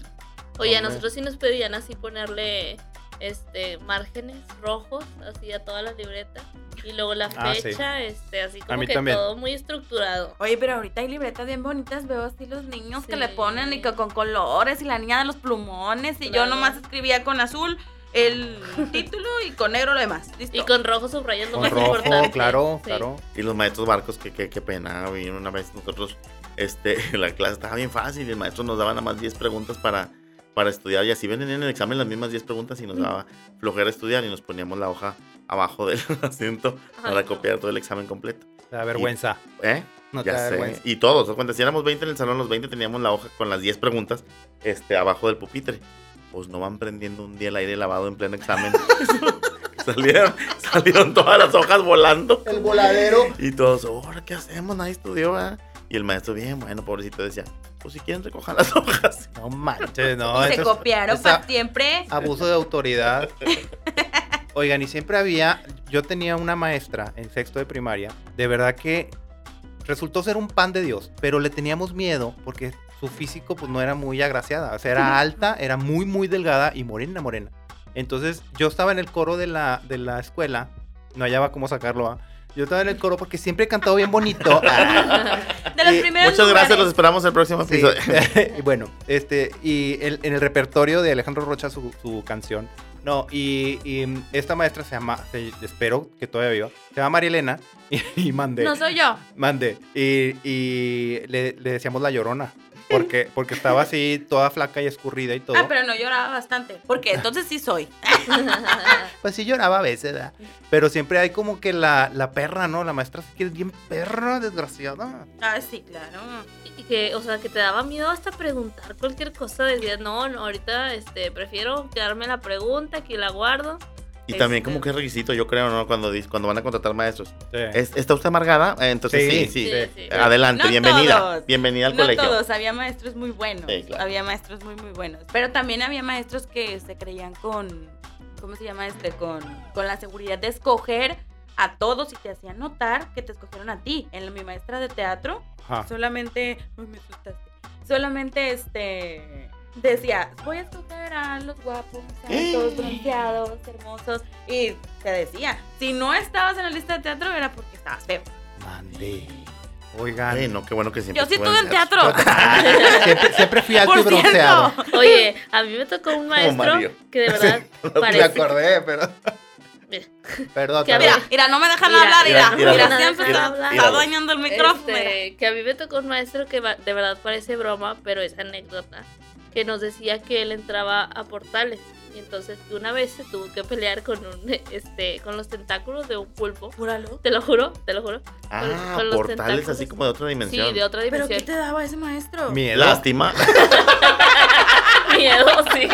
Speaker 4: Oye, a
Speaker 5: Hombre.
Speaker 4: nosotros sí nos pedían así ponerle este, márgenes rojos, así a toda la libreta. Y luego la
Speaker 5: Ah, sí.
Speaker 4: fecha, este, así como
Speaker 5: mí
Speaker 4: que
Speaker 5: también.
Speaker 4: todo muy estructurado.
Speaker 6: Oye, pero ahorita hay libretas bien bonitas, veo así los niños que le
Speaker 4: Sí.
Speaker 6: ponen y que con colores y la niña de los plumones y yo
Speaker 4: Claro.
Speaker 6: nomás escribía con azul el título y con negro lo demás. Listo.
Speaker 4: Y con rojo subrayas lo
Speaker 5: Con
Speaker 4: más
Speaker 5: rojo,
Speaker 4: importante.
Speaker 5: claro,
Speaker 4: Sí.
Speaker 5: claro.
Speaker 7: Y los maestros barcos, que que- qué pena. güey. una vez nosotros, este, la clase estaba bien fácil y el maestro nos daba nada más 10 preguntas para, para estudiar. Y así venían en el examen las mismas 10 preguntas y nos daba flojera estudiar y nos poníamos la hoja abajo del asiento para
Speaker 4: no.
Speaker 7: copiar todo el examen completo.
Speaker 5: Te da vergüenza.
Speaker 7: ¿Eh?
Speaker 5: No
Speaker 7: ya
Speaker 5: te da
Speaker 7: sé.
Speaker 5: vergüenza.
Speaker 7: Y todos, cuando si éramos 20 en el salón, los 20 teníamos la hoja con las 10 preguntas este, abajo del pupitre. Pues no van prendiendo un día el aire lavado en pleno examen. salieron, salieron todas las hojas volando.
Speaker 5: El voladero.
Speaker 7: Y todos, ahora ¿qué hacemos? Nadie estudió, ¿verdad? Y el maestro, bien, bueno, pobrecito, decía, pues si quieren recojan las hojas.
Speaker 5: No manches, no.
Speaker 6: Y se
Speaker 5: eso es-
Speaker 6: copiaron
Speaker 5: esa-
Speaker 6: para siempre.
Speaker 5: Abuso de autoridad. Oigan, y siempre había, yo tenía una maestra en sexto de primaria, de verdad que resultó ser un pan de Dios, pero le teníamos miedo porque su físico pues no era muy agraciada, o sea, era alta, era muy, muy delgada y morena, morena. Entonces yo estaba en el coro de la, de la escuela, no hallaba cómo sacarlo, ¿ah? yo estaba en el coro porque siempre he cantado bien bonito. Ah.
Speaker 6: De los
Speaker 7: Y
Speaker 6: primeros
Speaker 7: muchas gracias, los
Speaker 6: lugares.
Speaker 7: esperamos el próximo
Speaker 5: Sí.
Speaker 7: episodio.
Speaker 5: y bueno, este, y el- en el repertorio de Alejandro Rocha su, su canción. No, y, y esta maestra se llama, se- espero que todavía viva, se llama María Elena y, y mandé,
Speaker 6: No soy yo.
Speaker 5: mandé, y, y le, le decíamos la llorona, porque, porque estaba así toda flaca y escurrida y todo.
Speaker 6: Ah, pero no lloraba bastante. Porque entonces sí soy.
Speaker 5: Pues sí lloraba a veces, ¿verdad? pero siempre hay como que la, la perra, ¿no? La maestra sí que es bien perra, desgraciada.
Speaker 6: Ah, sí, claro.
Speaker 4: Y que, o sea, que te daba miedo hasta preguntar cualquier cosa. Decías, no, no, ahorita este, prefiero quedarme la pregunta, aquí la guardo.
Speaker 7: Y también
Speaker 4: Este.
Speaker 7: como que es requisito, yo creo, ¿no? Cuando, dis- cuando van a contratar maestros. ¿Es- ¿Está usted amargada? Eh, Entonces
Speaker 5: Sí,
Speaker 7: sí, sí.
Speaker 4: sí, sí.
Speaker 7: Adelante,
Speaker 6: No
Speaker 7: bienvenida.
Speaker 6: todos.
Speaker 7: Bienvenida al
Speaker 6: No
Speaker 7: colegio.
Speaker 6: todos, había maestros muy buenos.
Speaker 7: Sí, claro.
Speaker 6: Había maestros muy, muy buenos. Pero también había maestros que se creían con, ¿cómo se llama este? Con, con la seguridad de escoger a todos y te hacían notar que te escogieron a ti. En la- mi maestra de teatro,
Speaker 5: Ajá.
Speaker 6: solamente, uy, me asustaste. Solamente este decía, voy a escoger a los guapos, a todos bronceados, hermosos. Y te decía, si no estabas en la lista de teatro era porque estabas feo.
Speaker 5: Mandé. Oigan.
Speaker 7: Ay, no, qué bueno que siempre.
Speaker 6: Yo sí
Speaker 7: estuvo
Speaker 6: estuve en teatro.
Speaker 5: siempre, siempre fui alto y
Speaker 6: Por cierto.
Speaker 5: bronceado.
Speaker 4: Oye, a mí me tocó
Speaker 5: Oh,
Speaker 4: un maestro
Speaker 7: Mario.
Speaker 4: que de verdad
Speaker 5: Me
Speaker 4: parece.
Speaker 5: acordé, pero.
Speaker 4: Mira.
Speaker 5: Perdón,
Speaker 4: Que
Speaker 5: perdón.
Speaker 4: había-
Speaker 6: Mira, mira, no me dejan
Speaker 4: Mira,
Speaker 6: hablar,
Speaker 7: mira,
Speaker 6: mira.
Speaker 7: mira,
Speaker 6: Mira,
Speaker 4: mira,
Speaker 6: siempre
Speaker 4: mira,
Speaker 7: mira.
Speaker 6: está, está dañando el micrófono. mira.
Speaker 4: Este, que a mí me tocó un maestro que va- de verdad parece broma, pero es anécdota, que nos decía que él entraba a portales y entonces que una vez se tuvo que pelear con un este con los tentáculos de un pulpo.
Speaker 6: Júralo.
Speaker 4: Te lo juro, te lo juro.
Speaker 7: Ah,
Speaker 4: Con los
Speaker 7: portales así
Speaker 4: tentáculos.
Speaker 7: como de otra dimensión.
Speaker 4: Sí, de otra
Speaker 6: ¿Pero qué
Speaker 4: dimensión.
Speaker 6: te daba ese maestro?
Speaker 5: Miedo.
Speaker 7: Lástima.
Speaker 4: Miedo, sí.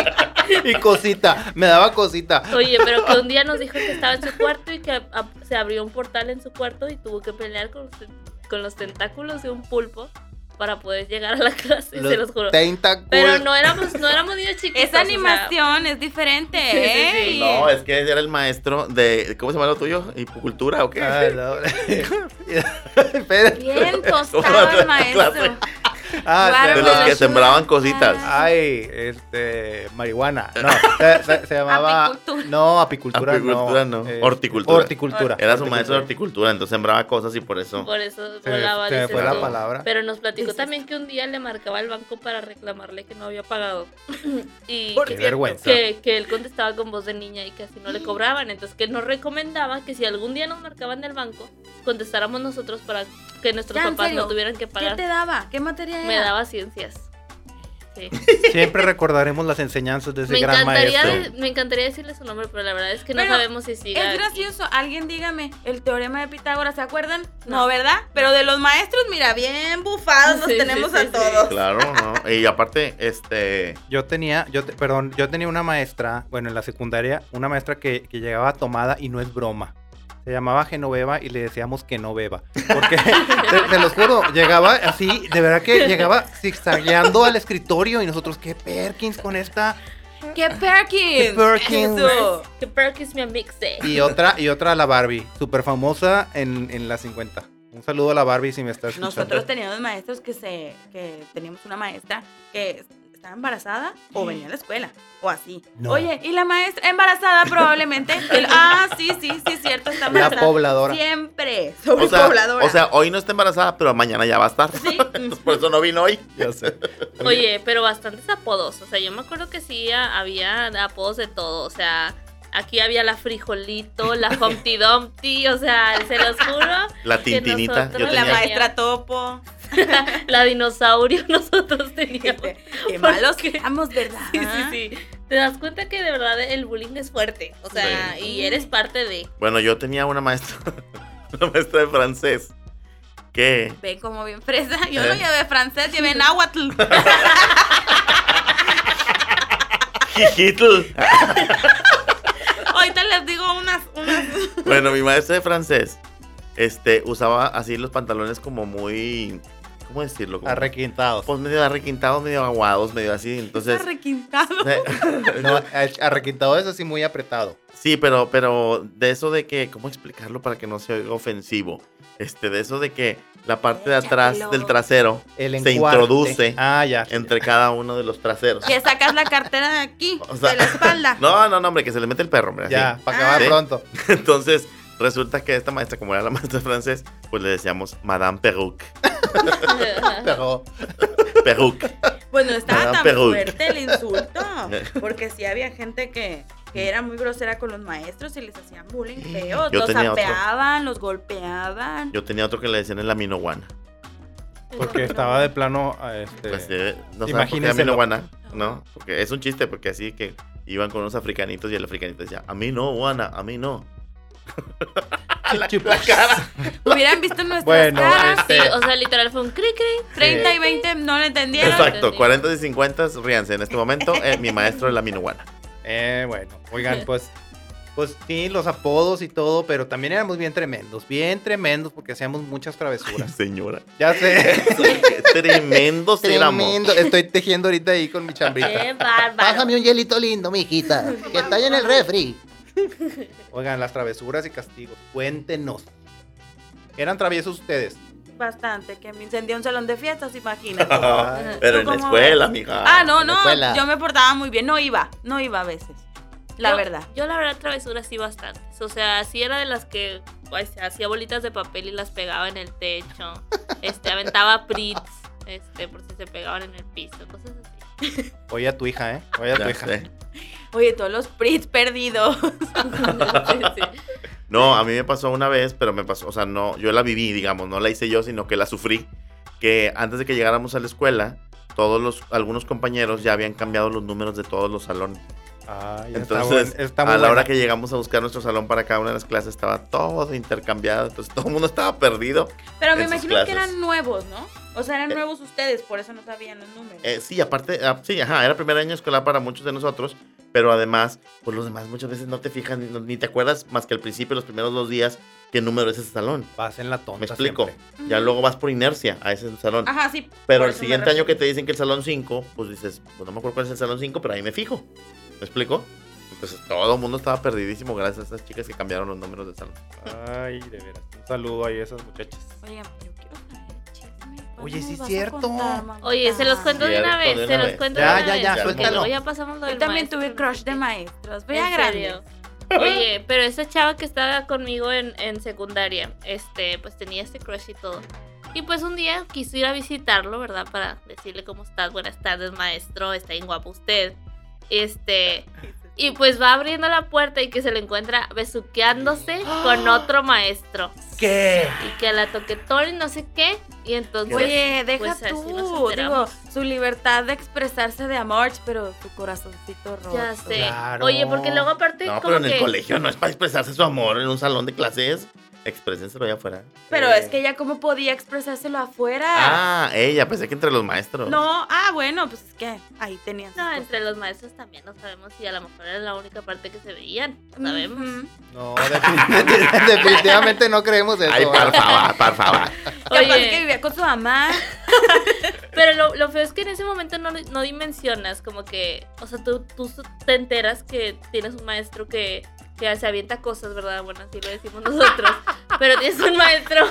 Speaker 5: Y cosita. Me daba cosita.
Speaker 4: Oye, pero que un día nos dijo que estaba en su cuarto y que a- se abrió un portal en su cuarto y tuvo que pelear con los, ten- con los tentáculos de un pulpo para poder llegar a la clase, se los juro.
Speaker 5: tentáculos.
Speaker 4: Pero no éramos, no éramos niños chiquitos.
Speaker 6: Esa
Speaker 4: o sea,
Speaker 6: animación es diferente,
Speaker 4: Sí, sí,
Speaker 6: ¿eh?
Speaker 4: sí.
Speaker 7: No, es que era el maestro de. ¿Cómo se llama lo tuyo? ¿Hipocultura o qué?
Speaker 5: Ah, no. Espera.
Speaker 6: Bien tostado el maestro. Ah,
Speaker 7: de
Speaker 5: Ah, se
Speaker 7: los
Speaker 4: pues.
Speaker 5: llamaba-
Speaker 7: que sembraban cositas.
Speaker 5: Ay, este. Marihuana. No. Se, se- se llamaba.
Speaker 6: Apicultura.
Speaker 5: No, apicultura,
Speaker 7: Apicultura
Speaker 5: no.
Speaker 7: no.
Speaker 5: Eh,
Speaker 7: Horticultura.
Speaker 5: Horticultura.
Speaker 7: Era su maestro de horticultura, entonces sembraba cosas y por eso.
Speaker 4: Por eso
Speaker 5: Se me-
Speaker 4: volaba.
Speaker 5: se me
Speaker 4: dices
Speaker 5: fue la
Speaker 4: tú.
Speaker 5: palabra.
Speaker 4: Pero nos platicó también que un día le marcaba al banco para reclamarle que no había pagado. y
Speaker 5: Qué
Speaker 4: que,
Speaker 5: vergüenza.
Speaker 4: que, que él contestaba con voz de niña y que así no le cobraban. Entonces que él nos recomendaba que si algún día nos marcaban del banco, contestáramos nosotros para que nuestros
Speaker 6: Ya, en
Speaker 4: papás
Speaker 6: serio,
Speaker 4: no tuvieran que
Speaker 6: ¿Qué
Speaker 4: pagar.
Speaker 6: te daba? ¿Qué materia era?
Speaker 4: Me daba ciencias. Sí.
Speaker 5: Siempre recordaremos las enseñanzas de ese
Speaker 4: Me,
Speaker 5: gran
Speaker 4: encantaría
Speaker 5: maestro.
Speaker 4: de- me encantaría decirle su nombre, pero la verdad es que no
Speaker 6: Pero
Speaker 4: sabemos si sigue.
Speaker 6: Es
Speaker 4: aquí.
Speaker 6: gracioso. Alguien dígame, el teorema de Pitágoras, ¿se acuerdan? No,
Speaker 4: No.
Speaker 6: ¿verdad? Pero de los maestros, mira, bien bufados
Speaker 4: Sí,
Speaker 6: los tenemos
Speaker 4: sí, sí,
Speaker 6: a
Speaker 4: sí.
Speaker 6: todos.
Speaker 7: Claro, ¿no? Y aparte, este.
Speaker 5: Yo tenía, yo te- perdón, yo tenía una maestra, bueno, en la secundaria, una maestra que, que llegaba tomada y no es broma. Se llamaba Genoveva y le decíamos que no beba. Porque, te, te los juro, llegaba así, de verdad que llegaba zigzagueando al escritorio y nosotros, ¿qué Perkins con esta?
Speaker 6: ¡Qué Perkins!
Speaker 5: ¡Qué Perkins!
Speaker 6: Eso.
Speaker 4: Que Perkins me amixe.
Speaker 5: Y otra, y otra la Barbie, súper famosa en, en la 50. Un saludo a la Barbie si me estás escuchando.
Speaker 6: Nosotros teníamos maestros que se, que teníamos una maestra que estaba embarazada o venía a la escuela o así.
Speaker 5: No.
Speaker 6: Oye, y la maestra embarazada probablemente. El- ah, sí, sí, sí, cierto, está
Speaker 5: La
Speaker 6: embarazada.
Speaker 5: pobladora.
Speaker 6: Siempre
Speaker 7: O sea,
Speaker 6: sobrepobladora.
Speaker 7: o sea, hoy no está embarazada, pero mañana ya va a estar.
Speaker 6: sí.
Speaker 7: Entonces, por eso no vino hoy.
Speaker 2: Ya sé.
Speaker 4: Oye, pero bastantes apodos. O sea, yo me acuerdo que sí a- había apodos de todo. O sea, aquí había la frijolito, la Humpty Dumpty. O sea, se los juro.
Speaker 7: La tintinita. Yo
Speaker 4: nosotros
Speaker 6: la
Speaker 7: tenía.
Speaker 6: maestra topo.
Speaker 4: La dinosaurio nosotros teníamos.
Speaker 6: Qué qué
Speaker 4: ¿Por
Speaker 6: malos
Speaker 4: qué?
Speaker 6: que éramos, ¿verdad?
Speaker 4: Sí, sí, sí. Te das cuenta que de verdad el bullying es fuerte. O sea,
Speaker 6: Sí.
Speaker 4: y eres parte de.
Speaker 7: Bueno, yo tenía una maestra, una maestra de francés, que
Speaker 6: Ven como bien fresa. Yo
Speaker 7: Eh.
Speaker 6: no llevé francés, llevé náhuatl.
Speaker 7: Jijitl.
Speaker 6: Ahorita les digo unas, unas.
Speaker 7: Bueno, mi maestra de francés, este, usaba así los pantalones como muy, ¿cómo decirlo? Como,
Speaker 5: Arrequintados.
Speaker 7: pues medio arrequintados, medio aguados, medio así, entonces...
Speaker 6: requintado.
Speaker 5: No, a- arrequintado es así muy apretado.
Speaker 7: Sí, pero, pero de eso de que, ¿cómo explicarlo para que no sea ofensivo? Este, de eso de que la parte de atrás
Speaker 6: Échalo.
Speaker 7: del trasero
Speaker 5: El
Speaker 7: se
Speaker 5: encuarte.
Speaker 7: introduce
Speaker 5: Ah, ya.
Speaker 7: entre cada uno de los traseros.
Speaker 6: Que sacas la cartera de aquí,
Speaker 7: O sea,
Speaker 6: de la espalda.
Speaker 7: No, no, no, hombre, que se le mete el perro, hombre. así.
Speaker 5: Ya, para acabar
Speaker 7: Sí.
Speaker 5: pronto.
Speaker 7: Entonces, resulta que esta maestra, como era la maestra de francés, pues le decíamos Madame Perruque.
Speaker 5: Pero
Speaker 7: Perruque.
Speaker 6: Bueno, estaba
Speaker 7: Madame
Speaker 6: tan
Speaker 7: Perruque.
Speaker 6: fuerte el insulto. Porque sí había gente que, que era muy grosera con los maestros y les hacían bullying feo.
Speaker 7: Yo
Speaker 6: los
Speaker 7: tenía otro.
Speaker 6: apeaban, los golpeaban.
Speaker 7: Yo tenía otro que le decían el aminoguana.
Speaker 5: porque estaba de plano a
Speaker 7: Pues,
Speaker 5: este.
Speaker 7: eh, no sabes por qué
Speaker 5: Imagínenselo.
Speaker 7: aminoguana, ¿no? Porque es un chiste, porque así que iban con unos africanitos y el africanito decía, a mí no, guana, a mí no. la, la cara.
Speaker 6: Hubieran visto nuestras
Speaker 5: Bueno,
Speaker 6: caras.
Speaker 5: este-
Speaker 4: Sí, o sea, literal fue un cri cri.
Speaker 6: 30 y 20 no lo entendieron.
Speaker 7: Exacto,
Speaker 4: entendí.
Speaker 7: 40 y 50, ríanse. En este momento, eh, mi maestro es la aminoguana.
Speaker 5: Eh, bueno, oigan, pues. Pues sí, los apodos y todo, pero también éramos bien tremendos, bien tremendos porque hacíamos muchas travesuras.
Speaker 7: Señora.
Speaker 5: Ya sé.
Speaker 7: Tremendo éramos.
Speaker 5: Tremendo. Estoy tejiendo ahorita ahí con mi chambrita.
Speaker 4: Qué bárbaro.
Speaker 5: un hielito lindo, mijita, que está ahí en el refri. Oigan, las travesuras y castigos, cuéntenos. ¿Eran traviesos ustedes?
Speaker 6: Bastante, que me incendió un salón de fiestas, imagínate.
Speaker 7: Pero en
Speaker 6: ¿Tú
Speaker 7: la
Speaker 6: cómo
Speaker 7: escuela,
Speaker 6: ves?
Speaker 7: amiga.
Speaker 6: Ah, no,
Speaker 5: en la
Speaker 6: no.
Speaker 5: escuela.
Speaker 6: Yo me portaba muy bien. No iba, no iba a veces. La
Speaker 4: Yo-
Speaker 6: verdad.
Speaker 4: Yo, la verdad, travesuras sí bastantes. O sea, sí era de las que pues, hacía bolitas de papel y las pegaba en el techo. Este, aventaba prits, este, por si se pegaban en el piso, cosas así.
Speaker 5: Oye a tu hija, ¿eh? Oye a tu
Speaker 7: Ya
Speaker 5: hija.
Speaker 7: sé.
Speaker 6: Oye, todos los prits perdidos.
Speaker 4: Sí, sí.
Speaker 7: No, a mí me pasó una vez, pero me pasó, o sea, no, yo la viví, digamos, no la hice yo, sino que la sufrí. Que antes de que llegáramos a la escuela, todos los, algunos compañeros ya habían cambiado los números de todos los salones.
Speaker 5: Ah, ya está
Speaker 7: Entonces,
Speaker 5: buen- está
Speaker 7: a
Speaker 5: muy
Speaker 7: la hora
Speaker 5: buena.
Speaker 7: que llegamos a buscar nuestro salón para cada una de las clases, estaba todo intercambiado, entonces todo el mundo estaba perdido.
Speaker 6: Pero me
Speaker 7: En sus
Speaker 6: imagino que
Speaker 7: clases.
Speaker 6: eran nuevos, ¿no? O sea, eran
Speaker 7: Eh.
Speaker 6: nuevos ustedes, por eso no sabían los números.
Speaker 7: Eh, sí, aparte, ah, sí, ajá, era primer año escolar para muchos de nosotros, pero además, pues los demás muchas veces no te fijas ni, no- ni te acuerdas más que al principio, los primeros dos días, qué número es ese salón.
Speaker 5: Vas en la tonta.
Speaker 7: Me explico.
Speaker 5: siempre.
Speaker 7: Ya luego vas por inercia a ese salón.
Speaker 6: Ajá, sí.
Speaker 7: Pero
Speaker 6: por
Speaker 7: el
Speaker 6: eso me
Speaker 7: siguiente año que
Speaker 6: refiero.
Speaker 7: te dicen que el salón 5, pues dices, pues no me acuerdo cuál es el salón 5, pero ahí me fijo. ¿Me explico? Entonces todo el mundo estaba perdidísimo gracias a estas chicas que cambiaron los números del salón.
Speaker 5: Ay, de veras. Un saludo ahí a esas muchachas.
Speaker 6: Oigan, yo quiero saber el chisme. ¿Cuándo
Speaker 5: Oye, sí
Speaker 6: nos
Speaker 5: es
Speaker 6: vas a
Speaker 5: cierto.
Speaker 6: contar, mamita?
Speaker 4: Oye, se
Speaker 6: Ah.
Speaker 4: los cuento de una
Speaker 7: Cierto,
Speaker 4: vez,
Speaker 7: de
Speaker 4: se
Speaker 7: una
Speaker 4: los
Speaker 7: vez.
Speaker 4: cuento
Speaker 5: Ya,
Speaker 4: de una
Speaker 5: ya,
Speaker 4: vez.
Speaker 5: ya,
Speaker 4: porque
Speaker 5: suéltalo.
Speaker 4: luego ya pasamos lo del
Speaker 6: Yo también
Speaker 4: maestro,
Speaker 6: tuve
Speaker 4: no
Speaker 6: crush
Speaker 4: sé
Speaker 6: de
Speaker 4: qué.
Speaker 6: maestros. Voy
Speaker 4: ¿En
Speaker 6: a
Speaker 4: serio?
Speaker 6: grande. Pues,
Speaker 4: Oye, pero esa chava que estaba conmigo en, en secundaria, este, pues tenía este crush y todo. Y pues un día quise ir a visitarlo, ¿verdad? Para decirle cómo estás, buenas tardes, maestro, está bien guapo usted. Este, y pues va abriendo la puerta y que se le encuentra besuqueándose con otro maestro.
Speaker 5: ¿Qué?
Speaker 4: Y que la toquetón y no sé qué. Y entonces.
Speaker 6: Oye, deja
Speaker 4: Pues así nos
Speaker 6: tú. Digo,
Speaker 4: enteramos.
Speaker 6: su libertad de expresarse de amor, pero tu corazoncito roto.
Speaker 4: Ya sé.
Speaker 5: Claro.
Speaker 4: Oye, porque luego aparte.
Speaker 7: No,
Speaker 4: como
Speaker 7: pero en el
Speaker 4: que-
Speaker 7: colegio no es para expresarse su amor en un salón de clases. Exprésenselo allá afuera.
Speaker 6: Pero
Speaker 5: Eh.
Speaker 6: es que ella, ¿cómo podía expresárselo afuera?
Speaker 7: Ah, ella, pensé que entre los maestros.
Speaker 6: No, ah, bueno, pues es que ahí tenían. sus
Speaker 4: No,
Speaker 6: cosas.
Speaker 4: entre los maestros también no sabemos si a lo mejor era la única parte que se veían. No sabemos.
Speaker 6: Ujú.
Speaker 5: No, definitivamente, definitivamente no creemos eso.
Speaker 7: Ay, por
Speaker 5: ¿eh?
Speaker 7: favor, por favor.
Speaker 6: Capaz
Speaker 4: Oye.
Speaker 6: que vivía con su mamá.
Speaker 4: Pero lo, lo feo es que en ese momento no, no dimensionas, como que, o sea, tú, tú te enteras que tienes un maestro que, que se avienta cosas, ¿verdad? Bueno, así lo decimos nosotros. Pero tienes un maestro,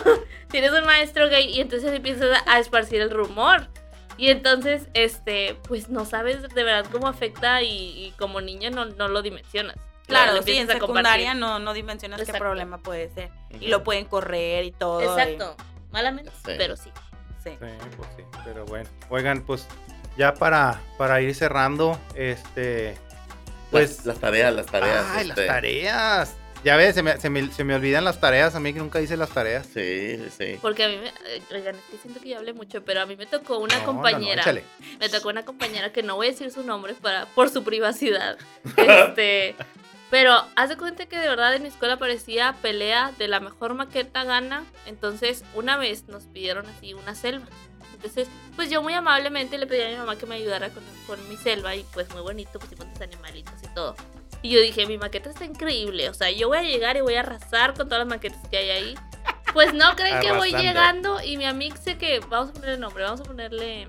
Speaker 4: tienes un maestro gay y entonces empiezas a esparcir el rumor. Y entonces, este, pues no sabes de verdad cómo afecta y, y como niña no, no lo dimensionas.
Speaker 6: Claro,
Speaker 4: Lo
Speaker 6: sí, en
Speaker 4: empiezas a compartir.
Speaker 6: secundaria no, no dimensionas qué
Speaker 4: Exacto.
Speaker 6: problema puede ser. Y lo pueden correr y todo. y-
Speaker 4: Exacto. Malamente,
Speaker 7: Ya sé.
Speaker 4: pero sí.
Speaker 6: sí.
Speaker 5: Sí, pues sí, pero bueno. Oigan, pues ya para, para ir cerrando, este. Pues.
Speaker 7: Pues las tareas, las tareas.
Speaker 5: ¡Ay, las
Speaker 7: este,
Speaker 5: tareas! Ya ves, se me, se me- se me olvidan las tareas. A mí que nunca hice las tareas.
Speaker 7: Sí, sí, sí.
Speaker 4: Porque a mí me. eh, Oigan, es que siento que yo hablé mucho, pero a mí me tocó una
Speaker 5: No, no, no,
Speaker 4: compañera.
Speaker 5: échale.
Speaker 4: me tocó una compañera que no voy a decir su nombre para, por su privacidad. Este. Pero haz de cuenta que de verdad en mi escuela parecía pelea de la mejor maqueta gana. Entonces, una vez nos pidieron así una selva. Entonces, pues yo muy amablemente le pedí a mi mamá que me ayudara con, con mi selva y pues muy bonito, pusimos los animalitos y todo. Y yo dije, mi maqueta está increíble, o sea, yo voy a llegar y voy a arrasar con todas las maquetas que hay ahí. Pues no creen que voy
Speaker 5: Arrasando.
Speaker 4: llegando y mi amiga sé que, vamos a ponerle nombre, vamos a ponerle...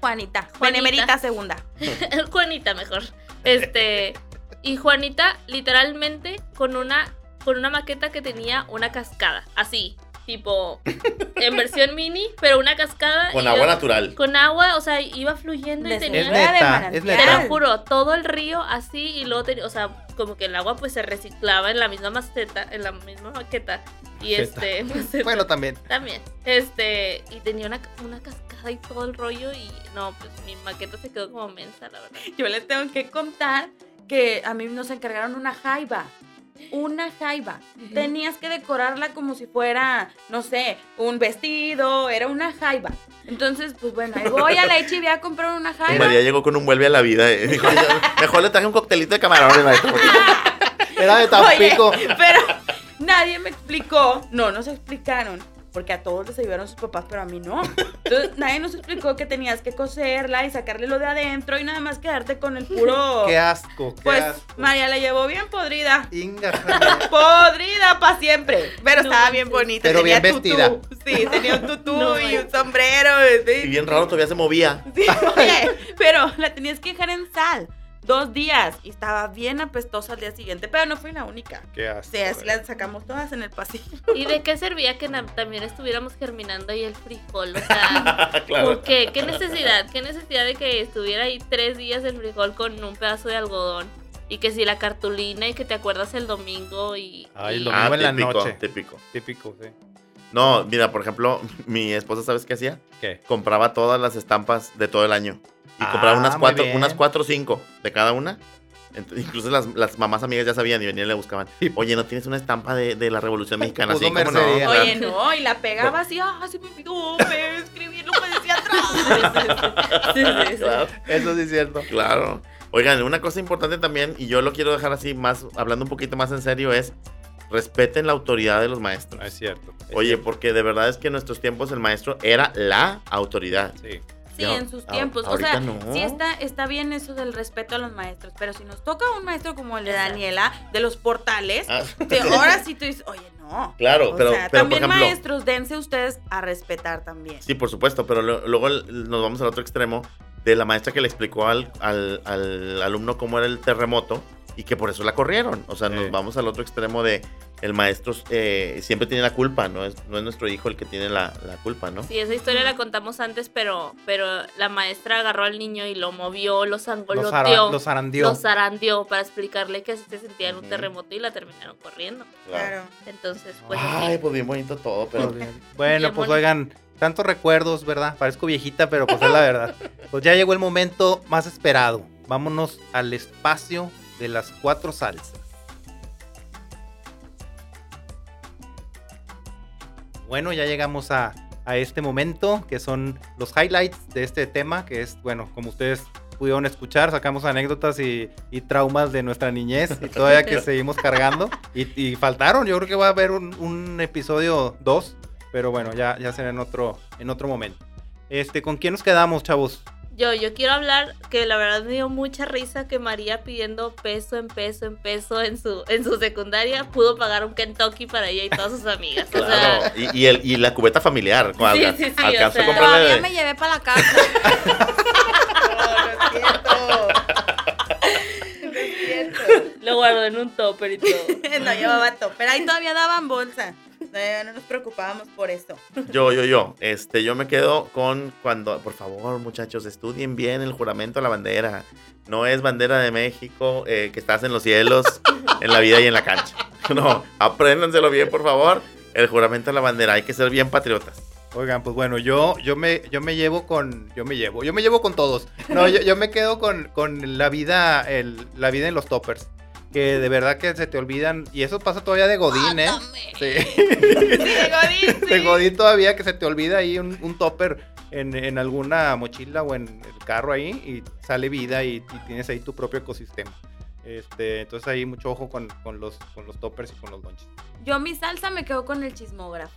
Speaker 6: Juanita, Benemerita segunda.
Speaker 4: Juanita mejor. Este. Y Juanita, literalmente, con una, con una maqueta que tenía una cascada. Así. Tipo. En versión mini, pero una cascada.
Speaker 7: Con
Speaker 4: y
Speaker 7: agua
Speaker 4: yo-
Speaker 7: natural.
Speaker 4: Con agua, o sea, iba fluyendo y
Speaker 6: Desnuda
Speaker 4: tenía.
Speaker 5: Es neta,
Speaker 6: de
Speaker 5: es
Speaker 6: manantial.
Speaker 5: neta.
Speaker 4: Te lo juro, todo el río así y luego tenía, o sea, como que el agua pues se reciclaba en la misma maceta, en la misma maqueta. Y
Speaker 5: Maceta.
Speaker 4: este, maceta
Speaker 5: Bueno, también.
Speaker 4: también. Este, y tenía una, una cascada y todo el rollo y no, pues mi maqueta se quedó como mensa, la verdad.
Speaker 6: Yo les tengo que contar que a mí nos encargaron una jaiba. Una jaiba. Tenías que decorarla como si fuera, no sé, un vestido. Era una jaiba. Entonces, pues bueno, ahí voy a la HIV a comprar una jaiba.
Speaker 7: María llegó con un vuelve a la vida. eh. Dijo, "Ya, mejor le traje un coctelito de camarones. maestro, porque
Speaker 5: Era de Tampico.
Speaker 6: Oye, pero nadie me explicó. No, nos explicaron. Porque a todos les ayudaron sus papás, pero a mí no. Entonces, nadie nos explicó que tenías que coserla y sacarle lo de adentro y nada más quedarte con el puro.
Speaker 5: Qué asco, qué
Speaker 6: Oh. pues
Speaker 5: asco.
Speaker 6: María la llevó bien podrida.
Speaker 5: Inga, jale.
Speaker 6: Podrida para siempre. Pero
Speaker 4: No
Speaker 6: estaba bien
Speaker 4: manches.
Speaker 6: bonita.
Speaker 5: Pero
Speaker 6: tenía
Speaker 5: bien
Speaker 6: tutú.
Speaker 5: vestida.
Speaker 6: Sí, tenía un tutú
Speaker 4: No
Speaker 6: y un
Speaker 4: manches.
Speaker 6: sombrero. este.
Speaker 7: y
Speaker 6: sí.
Speaker 7: bien raro todavía se movía.
Speaker 6: Sí, oye, pero la tenías que dejar en sal dos días y estaba bien apestosa al día siguiente. Pero no fui la única.
Speaker 5: Qué
Speaker 6: O
Speaker 5: asco.
Speaker 6: sea, así
Speaker 5: eh.
Speaker 6: las sacamos todas en el pasillo.
Speaker 4: ¿Y de qué servía que na- también estuviéramos germinando ahí el frijol? O sea,
Speaker 6: Ah,
Speaker 7: claro.
Speaker 4: ¿por qué? ¿Qué necesidad? ¿Qué necesidad de que estuviera ahí tres días el frijol con un pedazo de algodón? Y que si la cartulina y que te acuerdas el domingo y...
Speaker 5: Ay,
Speaker 4: y-
Speaker 5: lo- Domingo en la
Speaker 7: Ah, típico,
Speaker 5: noche.
Speaker 7: típico.
Speaker 5: Típico, sí.
Speaker 7: No, mira, por ejemplo, mi esposa, ¿sabes qué hacía?
Speaker 5: ¿Qué?
Speaker 7: Compraba todas las estampas de todo el año. Y
Speaker 5: Ah,
Speaker 7: compraba unas
Speaker 5: muy
Speaker 7: cuatro,
Speaker 5: bien.
Speaker 7: unas cuatro o cinco de cada una. Ent- incluso las, las mamás amigas ya sabían y venían y le buscaban. Oye, ¿no tienes una estampa de, de la Revolución Mexicana?
Speaker 5: Pudo
Speaker 7: Sí, ¿cómo no?
Speaker 5: mercería.
Speaker 7: Claro.
Speaker 6: Oye, no, y la pegaba así, ah, se me olvidó, me escribí lo que decía atrás.
Speaker 4: Sí, sí, sí.
Speaker 7: Claro.
Speaker 5: Eso sí es cierto.
Speaker 7: Claro. Oigan, una cosa importante también, y yo lo quiero dejar así más, hablando un poquito más en serio, es respeten la autoridad de los maestros.
Speaker 2: No es cierto. Es
Speaker 7: Oye, porque de verdad es que en nuestros tiempos el maestro era la autoridad.
Speaker 2: cierto, Sí.
Speaker 6: Sí,
Speaker 7: Ya,
Speaker 6: en sus
Speaker 7: a-
Speaker 6: tiempos. O
Speaker 7: ahorita
Speaker 6: sea,
Speaker 7: no.
Speaker 6: sí está, está bien eso del respeto a los maestros, pero si nos toca un maestro como el de Daniela, de los portales,
Speaker 7: Ah,
Speaker 6: te- ahora sí tú dices, oye, no.
Speaker 7: claro,
Speaker 6: O
Speaker 7: pero,
Speaker 6: sea,
Speaker 7: pero por
Speaker 6: también
Speaker 7: ejemplo...
Speaker 6: maestros, dense ustedes a respetar también.
Speaker 7: Sí, por supuesto, pero lo- luego el- nos vamos al otro extremo de la maestra que le explicó al, al- al alumno cómo era el terremoto y que por eso la corrieron. O sea,
Speaker 2: Sí.
Speaker 7: nos vamos al otro extremo de el maestro eh, siempre tiene la culpa, ¿no? Es, no es nuestro hijo el que tiene la, la culpa, ¿no?
Speaker 4: Sí, esa historia la contamos antes, pero, pero la maestra agarró al niño y lo movió, lo
Speaker 5: Los,
Speaker 4: zangoloteó,
Speaker 5: ara-
Speaker 4: lo
Speaker 5: los arandió.
Speaker 4: zarandeó para explicarle que así se sentía en un
Speaker 7: Ujú.
Speaker 4: terremoto y la terminaron corriendo. Entonces, pues... así.
Speaker 7: Ay, pues bien bonito todo, pero...
Speaker 5: Bueno,
Speaker 4: Bien
Speaker 5: pues
Speaker 4: bonito.
Speaker 5: oigan, tantos recuerdos, ¿verdad? Parezco viejita, pero pues es la verdad. Pues ya llegó el momento más esperado. Vámonos al espacio de las cuatro salsas. Bueno, ya llegamos a, a este momento, que son los highlights de este tema, que es, bueno, como ustedes pudieron escuchar, sacamos anécdotas y, y traumas de nuestra niñez y todavía que seguimos cargando. Y, y faltaron, yo creo que va a haber un, un episodio 2, pero bueno, ya, ya será en otro, en otro momento. Este, ¿con quién nos quedamos, chavos?
Speaker 4: Yo, yo quiero hablar que la verdad me dio mucha risa que María pidiendo peso en peso en peso en su, en su secundaria pudo pagar un Kentucky para ella y todas sus amigas. O sea,
Speaker 7: Claro, y, y el, y la cubeta familiar. con
Speaker 4: Sí,
Speaker 7: alca-
Speaker 4: sí, sí, o
Speaker 7: alcanzó a
Speaker 4: sea.
Speaker 7: comprarle-
Speaker 6: llevé para la casa. no,
Speaker 4: lo guardó en un topper y todo.
Speaker 6: No llevaba todo, pero ahí todavía daban bolsa.
Speaker 8: eh, no nos preocupábamos por eso.
Speaker 7: Yo, yo, yo. Este, yo me quedo con cuando, por favor, muchachos, estudien bien el juramento a la bandera. No es bandera de México eh, que estás en los cielos, en la vida y en la cancha. No, apréndanselo bien, por favor. El juramento a la bandera, hay que ser bien patriotas.
Speaker 5: Oigan, pues bueno, yo, yo, me, yo me llevo con. Yo me llevo. Yo me llevo con todos. No, yo, yo me quedo con, con la vida. el- la vida en los toppers. Que de verdad que se te olvidan. Y eso pasa todavía de Godín, ¿eh? Sí. de Godín todavía que se te olvida ahí un, un topper en, en alguna mochila o en el carro ahí y sale vida y, y tienes ahí tu propio ecosistema. Este, entonces ahí mucho ojo con, con los, con los toppers y con los lonches.
Speaker 6: Yo mi salsa me quedo con el chismógrafo.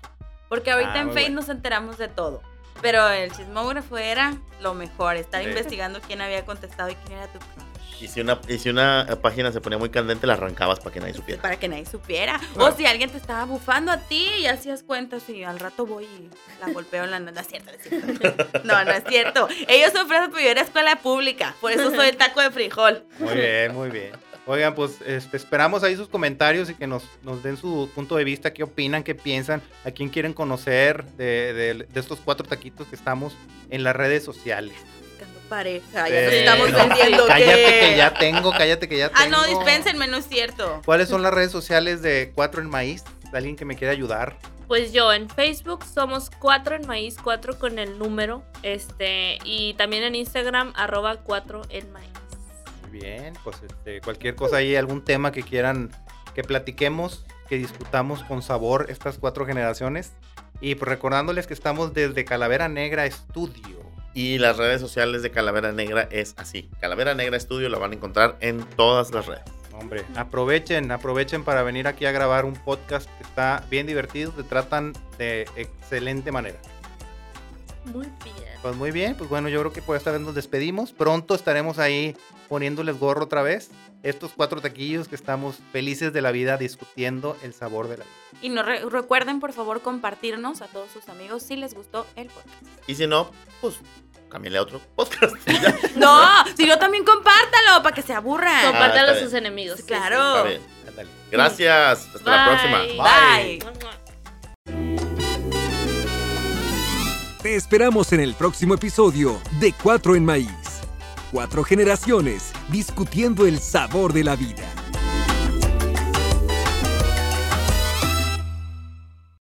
Speaker 6: Porque ahorita
Speaker 5: Ah,
Speaker 6: en
Speaker 5: muy
Speaker 6: Face
Speaker 5: bueno.
Speaker 6: nos enteramos de todo. Pero el chismógrafo era lo mejor. Estar
Speaker 5: Sí.
Speaker 6: investigando quién había contestado y quién era tu crush.
Speaker 7: Y si una, y si una página se ponía muy candente, la arrancabas para que nadie supiera.
Speaker 6: Para que nadie supiera.
Speaker 5: Claro.
Speaker 6: O si alguien te estaba bufando a ti y hacías cuentas y al rato voy y la golpeo en la... No, no es cierto, no es cierto. No, no es cierto. Ellos son fresas porque yo era escuela pública. Por eso soy taco de frijol.
Speaker 5: Muy bien, muy bien. Oigan, pues este, esperamos ahí sus comentarios y que nos, nos den su punto de vista, qué opinan, qué piensan, a quién quieren conocer de, de- de estos cuatro taquitos que estamos en las redes sociales.
Speaker 8: Buscando pareja, ya nos
Speaker 5: Eh,
Speaker 8: estamos
Speaker 5: no,
Speaker 8: vendiendo
Speaker 5: Cállate que
Speaker 8: que-
Speaker 5: ya tengo, cállate que ya tengo.
Speaker 6: Ah, no, dispénsenme, no es cierto.
Speaker 5: ¿Cuáles son las redes sociales de Cuatro en Maíz? ¿Alguien que me quiera ayudar?
Speaker 4: Pues yo en Facebook somos 4 en maíz, 4 con el número. Este, y también en Instagram, arroba 4 en maíz.
Speaker 5: Muy Bien, pues este, cualquier cosa ahí, algún tema que quieran que platiquemos, que discutamos con sabor estas cuatro generaciones. Y pues recordándoles que estamos desde Calavera Negra Estudio.
Speaker 7: Y las redes sociales de Calavera Negra es así. Calavera Negra Estudio la van a encontrar en todas las redes.
Speaker 5: Hombre, aprovechen, aprovechen para venir aquí a grabar un podcast que está bien divertido, te tratan de excelente manera.
Speaker 4: Muy bien.
Speaker 5: Pues muy bien, pues bueno, yo creo que por esta vez nos despedimos. Pronto estaremos ahí poniéndoles gorro otra vez. Estos cuatro taquillos que estamos felices de la vida discutiendo el sabor de la vida.
Speaker 6: Y no re- recuerden, por favor, compartirnos a todos sus amigos si les gustó el podcast.
Speaker 7: Y si no, pues cámbiale a otro podcast. Y ya.
Speaker 6: No, si no, también compártalo para que se aburran.
Speaker 7: Ah, está
Speaker 4: Compártalo a
Speaker 7: bien.
Speaker 4: sus enemigos.
Speaker 7: Está
Speaker 6: claro.
Speaker 7: bien.
Speaker 5: Ándale.
Speaker 7: Gracias. Hasta la próxima.
Speaker 5: Bye.
Speaker 6: Bye.
Speaker 4: Bye.
Speaker 3: Te esperamos en el próximo episodio de Cuatro en Maíz. Cuatro generaciones discutiendo el sabor de la vida.